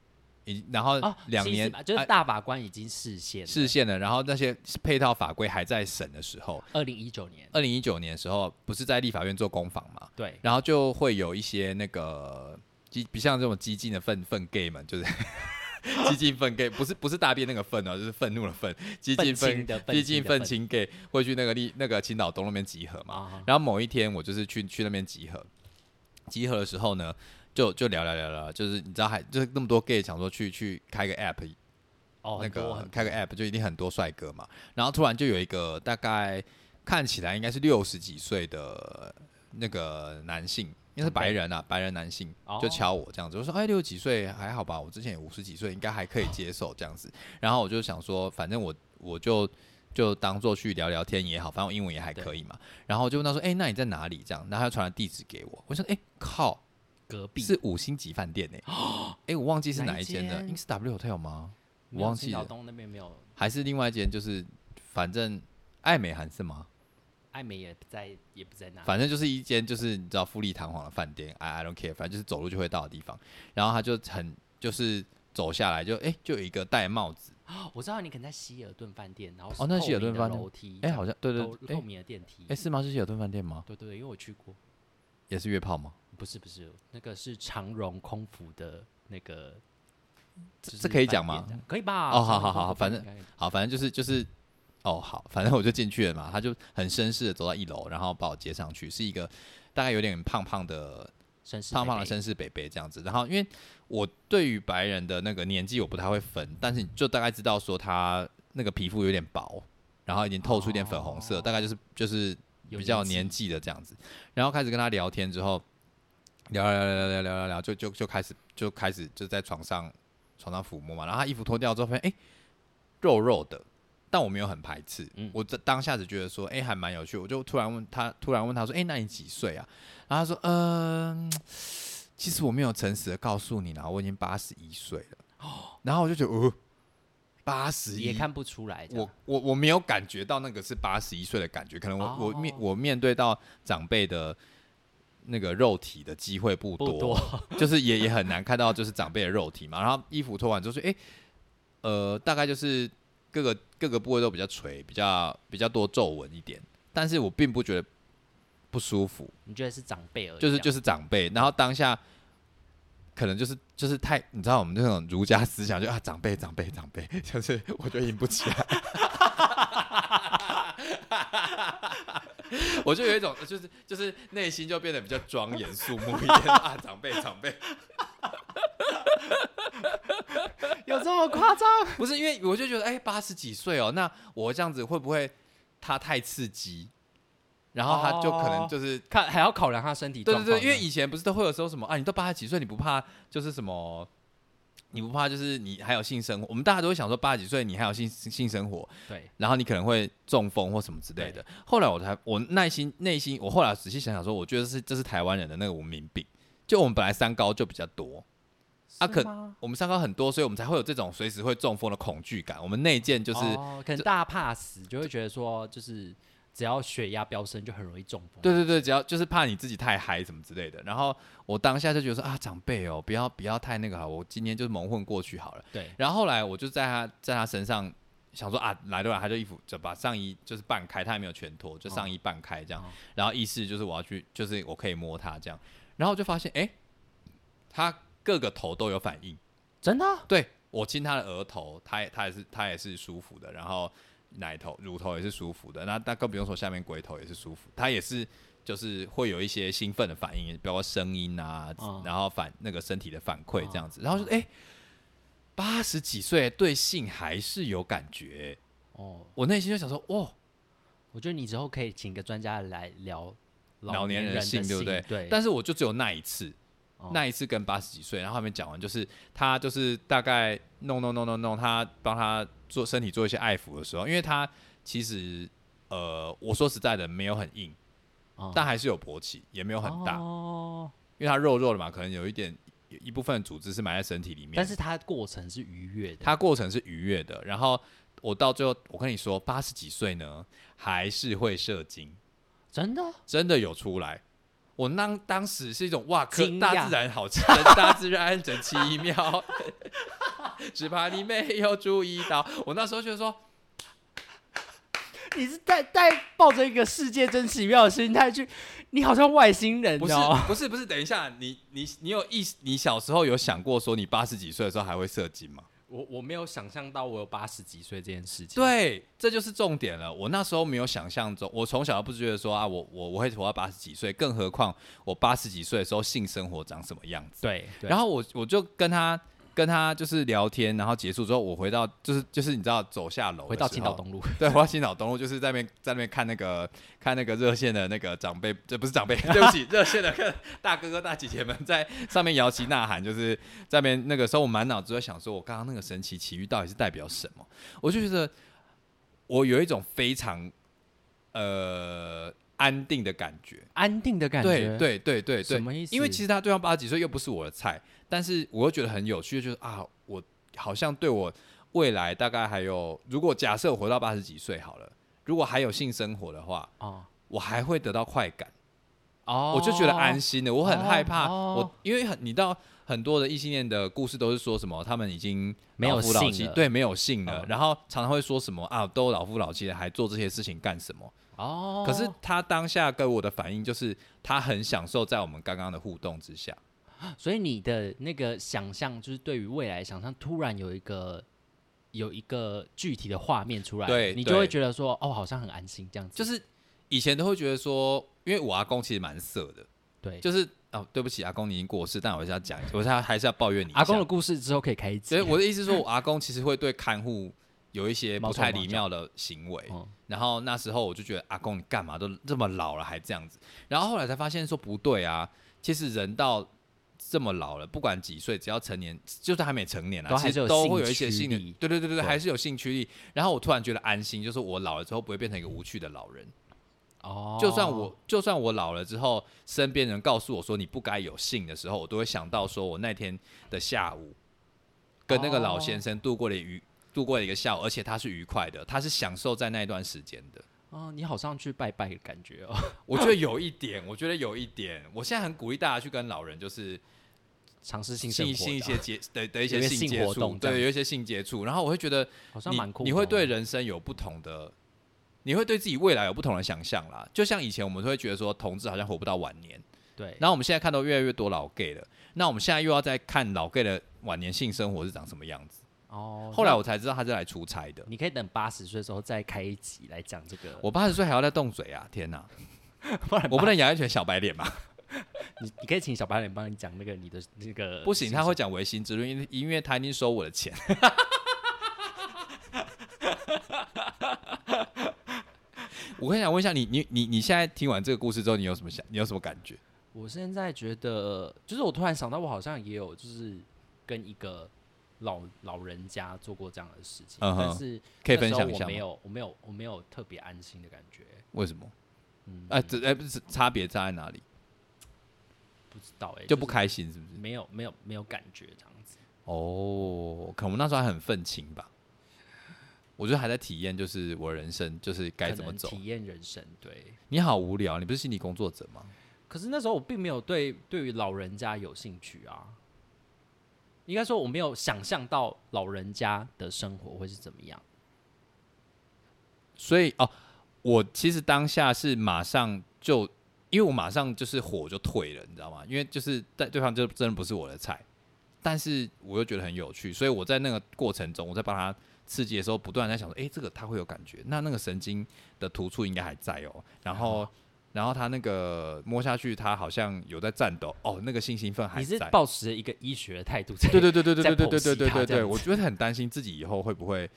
已经然后
哦，
两
其实
年、
吧就是
哎
大法官已经视线
视线了，然后那些配套法规还在审的时候，
二零一九年，
二零一九年的时候不是在立法院做公访嘛，
对，
然后就会有一些那个激，不像这种激进的愤愤 gay 们，就是 激进愤 gay，不是不是大便那个愤哦，就是愤怒的愤，激进
愤
愤
青的愤
激进
青的
愤
愤
青 gay 会去那个立那个青岛东那边集合嘛。
啊，
然后某一天我就是去去那边集合，集合的时候呢，就就聊聊聊聊，就是你知道还就是那么多 gay 想说去去开个 app
哦，
那
很多
个
很
开个 app 就一定很多帅哥嘛，然后突然就有一个大概看起来应该是六十几岁的那个男性，应该是白人啊，白人男性
哦
就敲我这样子，我说哎六十几岁还好吧，我之前也五十几岁，应该还可以接受这样子，然后我就想说，反正我我就。就当做去聊聊天也好，反正我英文也还可以嘛。然后我就问他说：“哎、那你在哪里？”这样，然后他就传了地址给我。我想：“哎、靠，
隔壁
是五星级饭店呢、哎、我忘记是哪一间
哪
了，
一
应该是 W Hotel 吗？
没
我
有
忘
青
记
岛
了。
东那边没有，
还是另外一间，就是反正爱美韩是吗？
艾美也不在，也不在那，
反正就是一间就是你知道富丽堂皇的饭店，I I don't care，反正就是走路就会到的地方。然后他就很就是走下来就哎、就有一个戴帽子，
哦我知道你可能在希尔顿饭店，然后
哦那希尔顿饭店
楼梯，
哎、好像对对
透
哎
透明的电梯
哎、，是吗？是希尔顿饭店吗？
对对对，因为我去过，
也是约炮吗？
不是不是，那个是长荣空服的那个
这
就是
这可以讲
翻
吗
脸这？样？可以吧？
哦好好
这样
好好
不
反正
应该可以
好，反正就是就是，哦，好，反正我就进去了嘛。他就很绅士的走到一楼，然后把我接上去，是一个大概有点胖胖的
绅士
胖胖
美
的
眉
绅士北北这样子。然后因为我对于白人的那个年纪我不太会分，但是你就大概知道说他那个皮肤有点薄，然后已经透出一点粉红色，
哦
大概就是就是
有
比较
年纪
年纪的这样子。然后开始跟他聊天之后，聊聊聊聊聊聊聊聊，就就就开始就开始就在床上床上抚摸嘛。然后他衣服脱掉之后发现，哎、肉肉的。但我没有很排斥，
嗯
我这当下只觉得说，哎、还蛮有趣。我就突然问他，突然问他说，哎、那你几岁啊？然后他说，嗯、其实我没有诚实的告诉你啦，我已经八十一岁了。然后我就觉得，哦、呃，八十一
也，看不出来这样。
我我我没有感觉到那个是八十一岁的感觉，可能我、我面
哦
我面对到长辈的那个肉体的机会不
不多，
就是也也很难看到就是长辈的肉体嘛。然后衣服脱完之后说，哎、呃，大概就是各个各个部位都比较垂，比较比较多皱纹一点，但是我并不觉得不舒服。
你觉得是长辈而已，啊
就是就是是长辈，然后当下可能就是就是太，你知道我们这种儒家思想就啊长辈长辈长辈， 就是我觉得引不起来， 我就有一种就是就是内心就变得比较庄严肃穆一点啊长辈长辈，
有这么夸 张？
不是因为我就觉得哎八十几岁哦，那我这样子会不会他太刺激，然后他就可能
哦
就是
看还要考量他身体
对
状
对
况。
对，因为以前不是都会有时候什么啊，你都八十几岁，你不怕就是什么？你不怕就是你还有性生活？我们大家都会想说八十几岁你还有性性生活，
对
然后你可能会中风或什么之类的。后来我才我耐心内心，我后来仔细想想说，我觉得是这是台湾人的那个文明病，就我们本来三高就比较多，啊可
能
我们三高很多，所以我们才会有这种随时会中风的恐惧感。我们内建就是、
哦可能大家怕死，就会觉得说就是只要血压飙升就很容易中风。
对对对，只要就是怕你自己太嗨什么之类的。然后我当下就觉得说啊，长辈哦，不要不要太那个好，我今天就是蒙混过去好了。
对，
然后后来我就在他在他身上想说啊，来都来，他就衣服就把上衣就是半开，他也没有全脱，就上衣半开这样。
哦
然后意思就是我要去，就是我可以摸他这样。然后我就发现，哎，他各个头都有反应。
真的
对我亲他的额头，他也他也是他也是舒服的，然后奶头乳头也是舒服的，那那更不用说下面龟头也是舒服，他也是就是会有一些兴奋的反应，包括声音啊，
嗯
然后反那个身体的反馈这样子，然后就哎，八、十几岁对性还是有感觉，
哦，
我内心就想说，哇，
我觉得你之后可以请个专家来聊
老年
年
人
的
性对不对
对？对，
但是我就只有那一次，
哦
那一次跟八十几岁，然后后面讲完就是他就是大概弄弄弄弄弄，他帮他做身体做一些爱抚的时候，因为他其实呃，我说实在的没有很硬，
哦
但还是有勃起，也没有很大，
哦
因为他肉肉的嘛，可能有一点有一部分组织是埋在身体里面，
但是它过程是愉悦的。
它过程是愉悦的。然后我到最后，我跟你说，八十几岁呢还是会射精，
真的
真的有出来。我当当时是一种哇，可
惊讶
大自然好真， 大自然真奇妙， 只怕你没有注意到。我那时候就说，
你是带带抱着一个世界真奇妙的心态去，你好像外星人
不是
哦。
不是不是，等一下，你你你有意识，你小时候有想过说你八十几岁的时候还会射精吗？
我我没有想象到我有八十几岁这件事情。，
对，这就是重点了。我那时候没有想象中，我从小就不觉得说啊，我我我会活到八十几岁，更何况我八十几岁的时候性生活长什么样子。
对，
然
后
后我我就跟他跟他就是聊天，然后结束之后，我回到就是就是你知道走下楼的
回到
时
青岛
候，
东路，
对，回到青岛东路，就是在那边在那边看那个看那个热线的那个长辈，这不是长辈， 对不起，热线的看大哥哥大姐姐们在上面摇旗呐喊，就是在那边那个时候，我满脑子在想说，我刚刚那个神奇奇遇到底是代表什么？我就觉得我有一种非常呃安定的感觉，
安定的感
对
觉。，
对对对对，
什么意思
因为其实他对方八十几岁又不是我的菜，但是我又觉得很有趣，就是啊，我好像对我未来大概还有，如果假设我活到八十几岁好了，如果还有性生活的话，
哦
我还会得到快感，
哦，
我就觉得安心了。我很害怕，
哦
我因为很你到很多的异性恋的故事都是说什么他们已经
没有
老夫老
性
妻，
了
对，没有性了，
嗯
然后常常会说什么啊，都老夫老妻了，还做这些事情干什么？
哦。
可是他当下给我的反应就是，他很享受在我们刚刚的互动之下，
所以你的那个想象，就是对于未来的想象，突然有一个有一个具体的画面出来，
对
你就会
对
觉得说，哦，好像很安心这样子。
就是以前都会觉得说，因为我阿公其实蛮色的，
对，
就是哦，对不起，阿公你已经过世，但我还是要讲，我还还是要抱怨你一下
阿公的故事之后可以开一集
所以。我的意思是说，我阿公其实会对看护有一些不太礼貌的行为
嗯。
然后那时候我就觉得，阿公你干嘛都这么老了还这样子？然后后来才发现说不对啊，其实人到这么老了，不管几岁，只要成年，就是还没成年啊，
都还
其
是有
实都会有一
兴
些
趣
性的
力，
对对对对，
对
还是有兴趣力。然后我突然觉得安心，就是我老了之后不会变成一个无趣的老人。
哦，
就算我就算我老了之后，身边人告诉我说你不该有性的时候，我都会想到说我那天的下午跟那个老先生度过了愉、度过了一个下午，而且他是愉快的，他是享受在那一段时间的。
哦，你好像去拜拜的感觉哦，
我觉得有一点，我觉得有一点，我现在很鼓励大家去跟老人就是
尝试性生
性
活
性一
的
些 接的的一
有
些
一些
性
性
接
活
触，
动这样
对，有一些性接触，然后我会觉得
好像
你
蛮酷的哦。
你会对人生有不同的，你会对自己未来有不同的想象啦。就像以前我们都会觉得说，同志好像活不到晚年。
对
然后我们现在看到越来越多老 gay 了，那我们现在又要再看老 gay 的晚年性生活是长什么样子。
哦，
后来我才知道他是来出差的。
你可以等八十岁的时候再开一集来讲这个。
我八十岁还要再动嘴啊！天哪，
不然
我不能养一群小白脸 吧？
你你可以请小白脸帮你讲那个你的那个
不行，他会讲唯心之论，因为因为他已经收我的钱。 我跟你讲，问一下你，你你你现在听完这个故事之后，你有什么想？你有什么感觉？
我现在觉得，就是我突然想到，我好像也有就是跟一个老老人家做过这样的事情，
嗯哼
但是
可以
那时
分
候
享一下
我没
吗？
有，我没有，我没有特别安心的感觉，
为什么？
嗯，
哎、这哎、不是差别差在哪里？
不知道哎、
就不
是
开心是不是？
没有没有没有感觉这样子。
哦，可能我那时候还很愤青吧，我觉得还在体验，就是我人生就是该
可
怎么
能
走。
体验人生？对。
你好无聊，你不是心理工作者吗？
可是那时候我并没有对对于老人家有兴趣啊，应该说我没有想象到老人家的生活会是怎么样。
所以哦，我其实当下是马上就，因为我马上就是火就退了，你知道吗？因为就是在对方就真的不是我的菜，但是我又觉得很有趣，所以我在那个过程中，我在帮他刺激的时候，不断地在想说，诶，这个他会有感觉，那那个神经的突触应该还在哦，然后。然后他那个摸下去，他好像有在战斗哦，那个性兴奋还
你是
在。
抱持着一个医学的态度在
对对对对对对
在
对
剖
对
析
对对
它
对
这样
对，
子
我觉得很担心自己以后会不会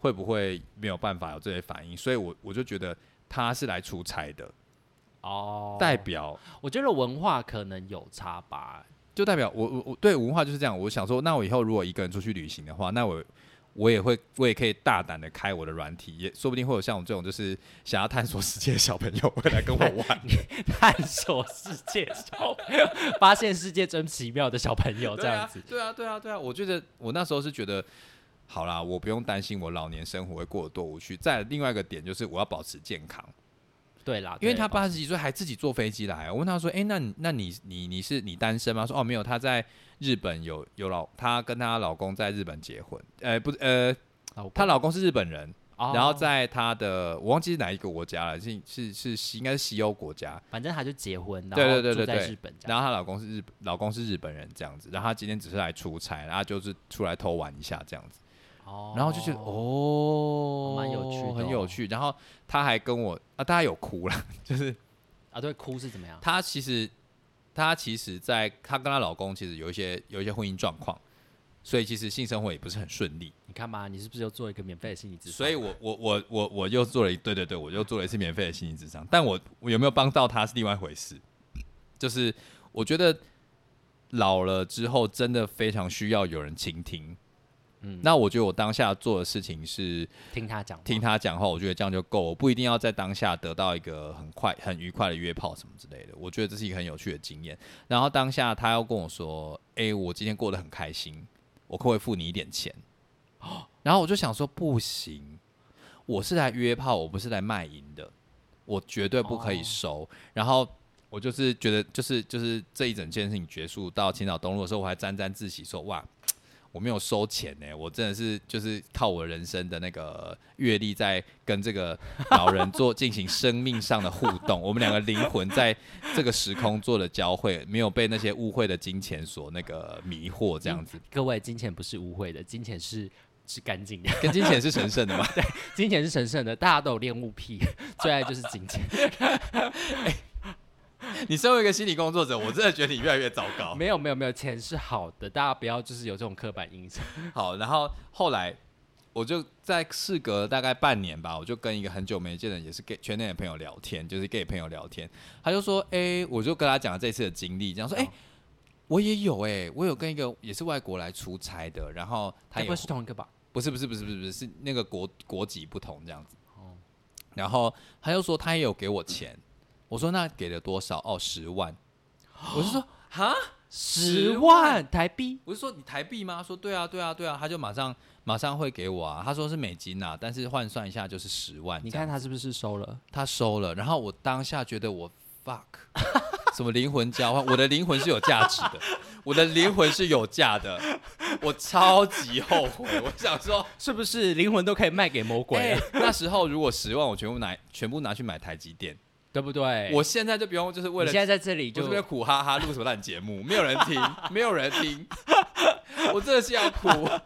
会不会没有办法有这些反应，所以我我就觉得他是来出差的，
哦，
代表
我觉得文化可能有差吧。
就代表我我我对文化就是这样，我想说，那我以后如果一个人出去旅行的话，那我。我也会，我也可以大胆的开我的软体，也说不定会有像我这种就是想要探索世界的小朋友会来跟我 玩。
探索世界小，发现世界真奇妙的小朋哦友这 样子。
对啊，对啊，对啊，对啊！我觉得我那时候是觉得，好啦，我不用担心我老年生活会过得多无趣。再来另外一个点就是，我要保持健康。
对啦，
啊因为
啊对哦
他八十几岁还自己坐飞机来，我问他说：“哎、那你那你你你是你单身吗？”说：“哦，没有，她在日本有有老，她跟她老公在日本结婚，呃，不是，呃，
老公
她老公是日本人，
哦
然后在她的我忘记是哪一个国家了，是是是西应该是西欧国家，
反正他就结婚，然
对对
后
对
住
对
在
对
日本这
然
样。
后她老公是日老公是日本人这样子，然后她今天只是来出差，然后就是出来偷玩一下这样子。”
哦
然后就觉得哦，
蛮有趣的
很
哦
有趣。然后他还跟我啊，大家有哭啦，就是
啊，对，哭是怎么样？
她其实，她其实在，她跟她老公其实有一些有一些婚姻状况，所以其实性生活也不是很顺利。
你看嘛，你是不是又做一个免费的心理咨询？
所以我我我我我又做了一对对对，我又做了一次免费的心理智商，但我我有没有帮到她是另外一回事。就是我觉得老了之后，真的非常需要有人倾听。嗯，那我觉得我当下做的事情是
听他讲话，
听他讲话，我觉得这样就够，我不一定要在当下得到一个很快、很愉快的约炮什么之类的。我觉得这是一个很有趣的经验。然后当下他要跟我说：“诶，我今天过得很开心，我可不可以付你一点钱？” 然后我就想说：“不行，我是来约炮，我不是来卖淫的，我绝对不可以
哦
收。然后我就是觉得，就是就是这一整件事情结束到青岛东路的时候，我还沾沾自喜说：“哇，我没有收钱呢、我真的是就是靠我人生的那个阅历在跟这个老人做进行生命上的互动，我们两个灵魂在这个时空做了交汇，没有被那些误会的金钱所那个迷惑，这 样子。
各位，金钱不是污秽的，金钱是是干净 的，
跟金钱是神圣的吗？
金钱是神圣的，大家都有恋物癖，最爱就是金 钱。
你身为一个心理工作者，我真的觉得你越来越糟糕。
没有没有没有，钱是好的，大家不要就是有这种刻板印象。
好，然后后来我就在事隔大概半年吧，我就跟一个很久没见的也是 gay 圈内的朋友聊天，就是 gay 朋友聊天，他就说，哎、我就跟他讲了这次的经历，这样说，哎、我也有哎、我有跟一个也是外国来出差的，然后他
该
也
哎不会是同一个吧？
哎不是不是不是不是不是是那个国国籍不同这样子。然后他又说他也有给我钱，我说那给了多少？哦，十万。我就说哈，
十
十
万台币，
我是说你台币吗？他说对啊，对啊，对啊，他就马上马上会给我啊。他说是美金啊，但是换算一下就是十万。
啊你
这样
看他是不是收了？
他收了，然后我当下觉得我 fuck，什么灵魂交换？我的灵魂是有价值的， 我的灵魂是有价的，我超级后悔。我想说，
是不是灵魂都可以卖给魔
哎
鬼啊了？
那时候如果十万我全部拿全部拿去买台积电，
对不对？
我现在就不用就是为
哎你
了
现在在这里
我
就
这边苦哈哈录什么烂节目，没有人听，没有人听， 我真的是要哭，啊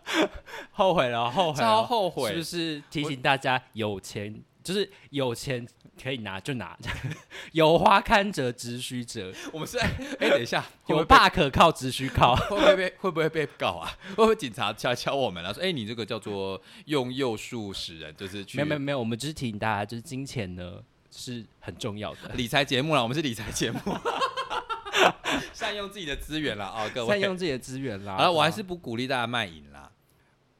后悔了，后悔了，
超后悔
是不是提醒大家有钱就是有钱可以拿就 拿，有花堪折直须折，
我们是在哎、等一 下，会不
有
会被
爸可靠直须靠。
会不会被会不会被告啊？ 会不会警察敲敲我们了、啊？说哎、你这个叫做用诱术使人，就是去
没有没有没有，我们只是提醒大家，就是金钱呢是很重要的，
理财节目啦，我们是理财节目， 善用自己的资源啦啊、各位。
善用自己的资源啦。
好了，我还
对啊
是
吧
不鼓励大家卖淫啦，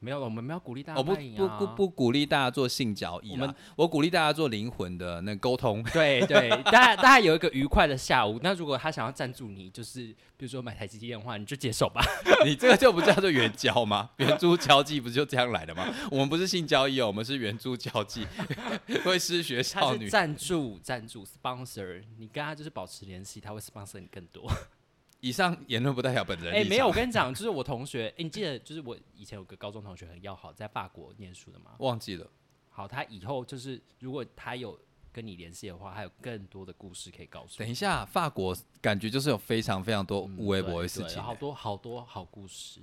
没有，我们没有鼓励大家
我不
卖淫
不
啊
不不鼓励大家做性交易
我
啦
们，
我鼓励大家做灵魂的那个沟通。
对对，大家大家有一个愉快的下午。那如果他想要赞助你，就是比如说买台积电的话，你就接受吧。
你这个就不叫做援交吗？ 援助交际不就这样来的吗？我们不是性交易哦，我们是援助交际， 会失学
他
少
是
女。
赞助赞助 sponsor，你跟他就是保持联系，他会 sponsor 你更多。
以上言论不代表本人立
哎、
场。
没有，我跟你讲，就是我同学，哎、你记得就是我以前有个高中同学很要好，在法国念书的嘛。
忘记了。
好，他以后就是如果他有跟你联系的话，还有更多的故事可以告诉
等
你。
一下，法国感觉就是有非常非常多
嗯
无微
对
博的事
对
情、
好
欸，
多好多好故事。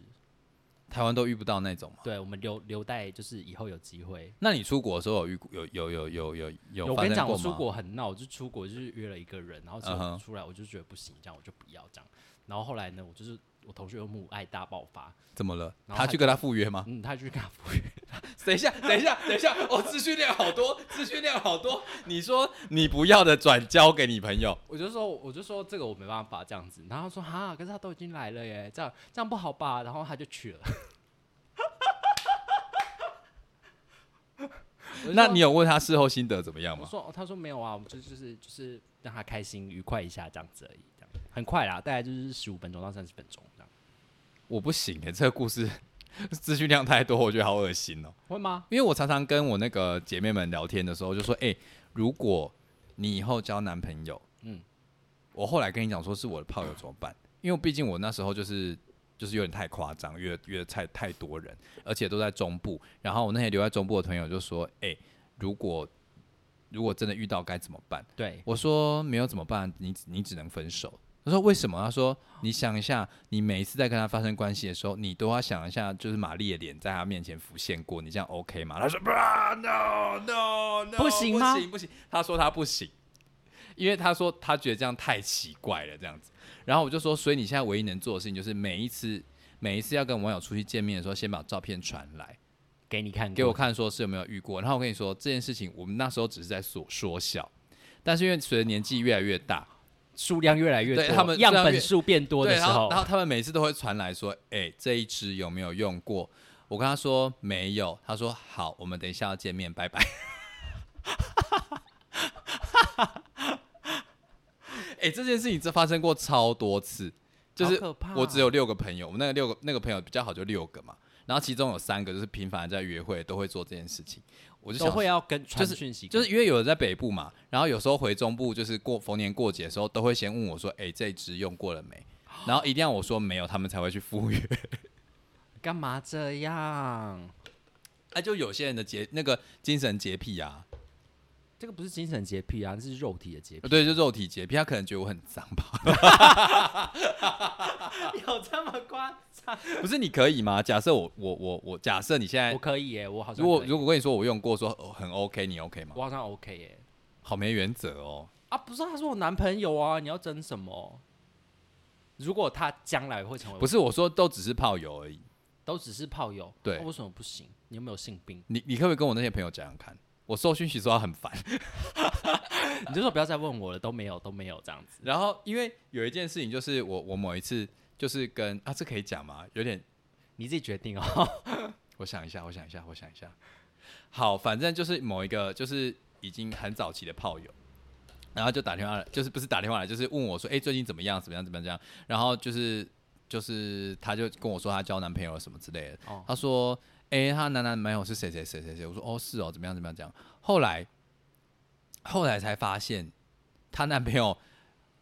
台湾都遇不到那种嘛。
对我们留留待就是以后有机会。
那你出国的时候有遇有有有有有有
我
发
跟你
生
讲，
过
我
吗？
出国很闹，我就出国就是约了一个人，然后结
嗯哼
果出来我就觉得不行，这样我就不要这样。然后后来呢，我就是我同学有母爱大爆发，
怎么了？
然后
他
他
去跟他赴约吗？
嗯，他就去跟他赴约，
等一下，等一下，等一 下，哦，资讯量好多，资讯量好多。你说你不要的转交给你朋友，
我就说我就说这个我没办法这样子，然后他说哈，可是他都已经来了耶，这样这样不好吧？然后他就去了。 我就
那
说
你有问他事后心得怎么样
我
吗？
说、哦，他说没有啊，我们就就是就是让他开心愉快一下这样子而已，这样很快啦，大概就是十五分钟到三十分钟这样，
我不行哎、这个故事资讯量太多，我觉得好恶心哦、
会吗？
因为我常常跟我那个姐妹们聊天的时候，就说：“哎、如果你以后交男朋友，嗯
嗯，
我后来跟你讲说是我的炮友怎么办？因为毕竟我那时候就是就是有点太夸张，约约太太多人，而且都在中部。然后我那些留在中部的朋友就说：‘哎、如果如果真的遇到该怎么办？’
对，
我说没有怎么办？你你只能分手。他说为什么？他说你想一下，你每一次在跟他发生关系的时候，你都要想一下，就是玛丽的脸在他面前浮现过，你这样 OK 吗？他说不、no no no，
不行吗
不行不行，他说他不行，因为他说他觉得这样太奇怪了，这样子。然后我就说，所以你现在唯一能做的事情就是每一次每一次要跟网友出去见面的时候，先把照片传来。
给你看，
给我，看说是有没有遇过。然后我跟你说这件事情，我们那时候只是在说说笑，但是因为随着年纪越来越大，
数量越来越
对
多，
他们
样
数量越
本数变多
对，
的时
然后
候
然，后他们每次都会传来说，哎、这一支有没有用过？我跟他说没有，他说好，我们等一下要见面，拜拜。 哎、这件事情这发生过超多次，就是
好可怕哦
我只有六个朋友，我们那个六个那个朋友比较好，就六个嘛。然后其中有三个就是频繁地在约会，都会做这件事情。我就想
都会要跟
就
传
是
讯息给
就
你，
是因为有人在北部嘛，然后有时候回中部，就是过逢年过节的时候，都会先 问我说：“哎、这一支用过了没？”然后一定要我说没有，他们才会去赴约。
干嘛这样？
哎，就有些人的洁那个精神洁癖啊，
这个不是精神洁癖啊，这是肉体的洁癖。
对，就肉体洁癖，他可能觉得我很脏吧？
有这么夸张？
不是，你可以吗？假设我我我我，假设你现
我
在，
可以耶，我好像
如果
可以
如果跟你说我用过，说哦很 OK，你 OK 吗？
我好像 OK 耶。
好没原则哦。
啊，不是，他是我男朋友啊，你要争什么？如果他将来会成为我
不是，我说都只是炮友而已。
都只是炮友，
对
那为什么不行？你有没有性病？
你你可不可以跟我那些朋友讲讲看？我收讯息说他很烦，
你就说不要再问我了，都没有，都没有这样子。
然后因为有一件事情，就是我我某一次就是跟啊，这可以讲吗？有点
你自己决定哦。
我想一下，我想一下，我想一下。好，反正就是某一个就是已经很早期的炮友，然后就打电话来，就是不是打电话来，就是问我说，哎、最近怎么样？怎么样？怎么样？怎么样？然后就是就是他就跟我说他交男朋友了什么之类的。
哦
他说，哎、他男男朋友是谁谁谁谁谁？我说，哦，是哦，怎么样？怎么样？这样。后来后来才发现，她男朋友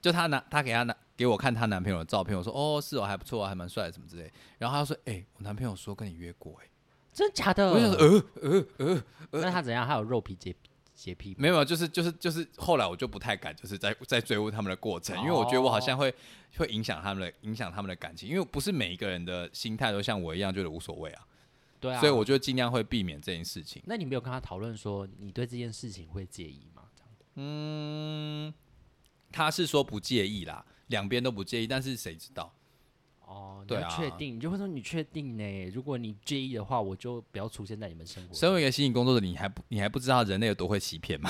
就她男，她给她男给我看她男朋友的照片，我说，哦，是哦，还不错啊，还蛮帅的什么之类的。然后他说，哎、我男朋友说跟你约过、哎。
真假的？
我就想说，呃呃呃，
那他怎样？他有肉皮洁洁癖吗？
没有，啊就是就是就是，后来我就不太敢，就是在在追问他们的过
哦
程，因为我觉得我好像会会影响他们的影响他们的感情，因为不是每一个人的心态都像我一样觉得无所谓啊，
对啊，
所以我就尽量会避免这件事情。
那你没有跟他讨论说你对这件事情会介意吗？这样
嗯，他是说不介意啦，两边都不介意，但是谁知道？
哦，你
对
要
啊
确定，你就会说你确定呢？如果你介意的话，我就不要出现在你们生活
身
中。
为一个心理工作者，你还不你还不知道人类有多会欺骗吗？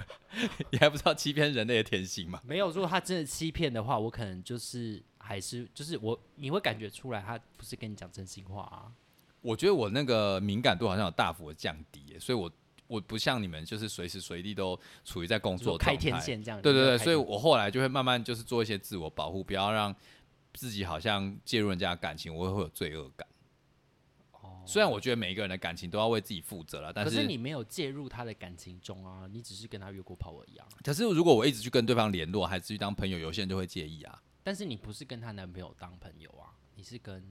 你还不知道欺骗人类的天性吗？
没有，如果他真的欺骗的话，我可能就是还是就是我，你会感觉出来他不是跟你讲真心话啊。
我觉得我那个敏感度好像有大幅的降低耶，所以我我不像你们，就是随时随地都处于在工
就是
作
我开
状
天
态。
线这样，
对对
你没
对，
有开
所以
天
我后来就会慢慢就是做一些自我保护，不要让自己好像介入人家的感情，我会有罪恶感。
哦
虽然我觉得每一个人的感情都要为自己负责了，但
可
是
是你没有介入他的感情中啊，你只是跟他约过炮而已啊。
可是如果我一直去跟对方联络，还是去当朋友，有些人就会介意啊。
但是你不是跟她男朋友当朋友啊，你是跟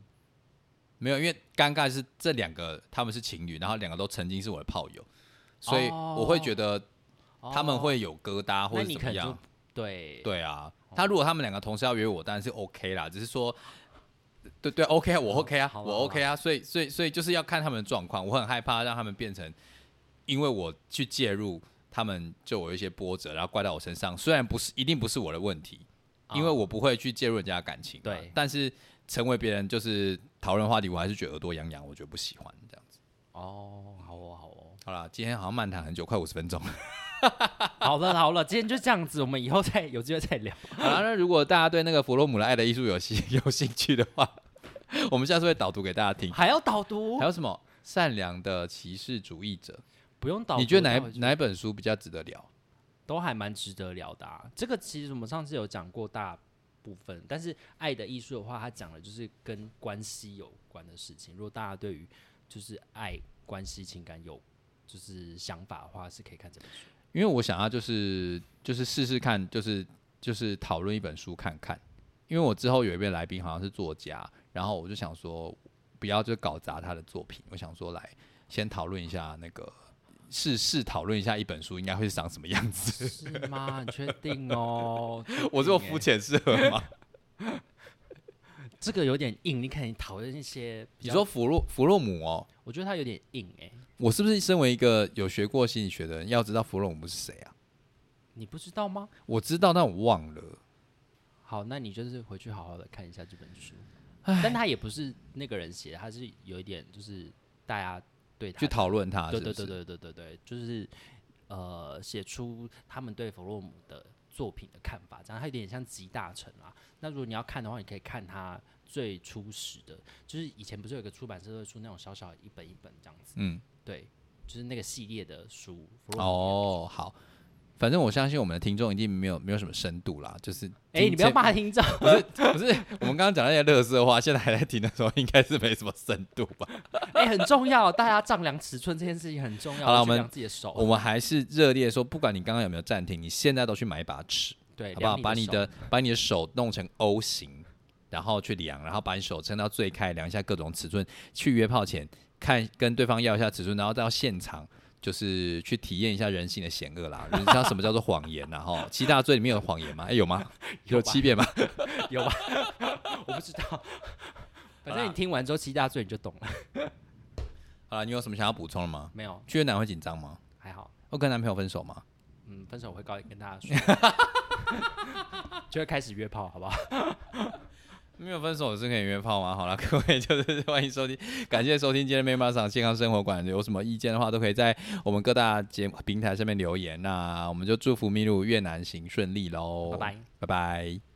没有，因为尴尬是这两个他们是情侣，然后两个都曾经是我的炮友，所以
哦
我会觉得他们
哦
会有疙瘩或
那
者
你
怎
可
么
能
样
就。对
对啊，
哦
他如果他们两个同时要约我，当然是 OK 啦，只是说，对对，OK 啊，我 OK 啊，
好啦
我 OK 啊，所以所以所以就是要看他们的状况，我很害怕让他们变成，因为我去介入，他们就有一些波折，然后怪到我身上，虽然不是一定不是我的问题，
啊
因为我不会去介入人家的感情嘛，
对
但是成为别人就是讨论话题，我还是觉得耳朵痒痒，我觉得不喜欢这样子。
哦，好哦，好哦，
好啦，今天好像漫谈很久，快五十分钟。
好了好了，今天就这样子，我们以后再有机会再聊。
好啦，那如果大家对那个弗洛姆的《爱的艺术》有兴 有兴趣的话， 我们下次会导读给大家听。
还要导读
还？有什么善良的骑士主义者？
不用导读，
你觉得哪
待会
一
就
哪一本书比较值得聊？
都还蛮值得聊的、啊。这个其实我们上次有讲过大部分，但是《爱的艺术》的话，它讲的就是跟关系有关的事情。如果大家对于就是爱、关系、情感有就是想法的话，是可以看这本书。
因为我想要就是就是试试看，就是就是讨论一本书看看。因为我之后有一位来宾好像是作家，然后我就想说不要就搞砸他的作品，我想说来先讨论一下那个试试讨论一下一本书应该会是长什么样子。
是吗？你确定哦？确
我这么
定
肤
欸，
浅适合吗？
这个有点硬。你看 你讨论一些比
你
较，
说弗洛弗洛姆哦，
我觉得它有点硬哎、
我是不是身为一个有学过心理学的人，要知道弗洛姆是谁啊？
你不知道吗？
我知道，但我忘了。
好，那你就是回去好好的看一下这本书，但它也不是那个人写的，它是有一点就是大家对他
去讨论它是
对
不是，
对对对对对对，就是呃，写出他们对弗洛姆的作品的看法，这样它有点像集大成啊。那如果你要看的话，你可以看他最初始的，就是以前不是有一个出版社会出那种小小的一本一本这样子，
嗯，
对，就是那个系列的书。弗洛姆，
哦，好，反正我相信我们的听众一定没有没有什么深度啦，就是
哎、你不要
骂，
骂听众，
不是不是，我们刚刚讲那些乐色话，现在还在听的时候，应该是没什么深度吧？
哎、很重要，大家丈量尺寸这件事情很重要。
好啦
要
我
去
们
量自己的手，啊
我们还是热烈说，不管你刚刚有没有暂停，你现在都去买一把尺，
对，
好不好？
量
把你
手
的把你的手弄成 O 型，然后去量，然后把你手撑到最开，量一下各种尺寸，去约炮前看跟对方要一下尺寸，然后到现场。就是去体验一下人性的险恶啦，人知道什么叫做谎言、啊，然后七大罪里面有谎言吗？哎、有吗？
有吧
欺骗吗？
有吧？ 我不知 道，反正你听完之后七大罪你就懂了。
好了，你有什么想要补充的吗？
没有，
去越南会紧张吗？
还好，
会跟男朋友分手吗？
嗯，分手我会告跟 大家说，就会开始约炮，好不好？
没有分手是可以约炮吗？好了，各位就是欢迎收听，感谢收听今天的妹妈赏健康生活馆。有什么意见的话，都可以在我们各大节目平台上面留言。那我们就祝福麋鹿越南行顺利喽，
拜拜，
拜拜。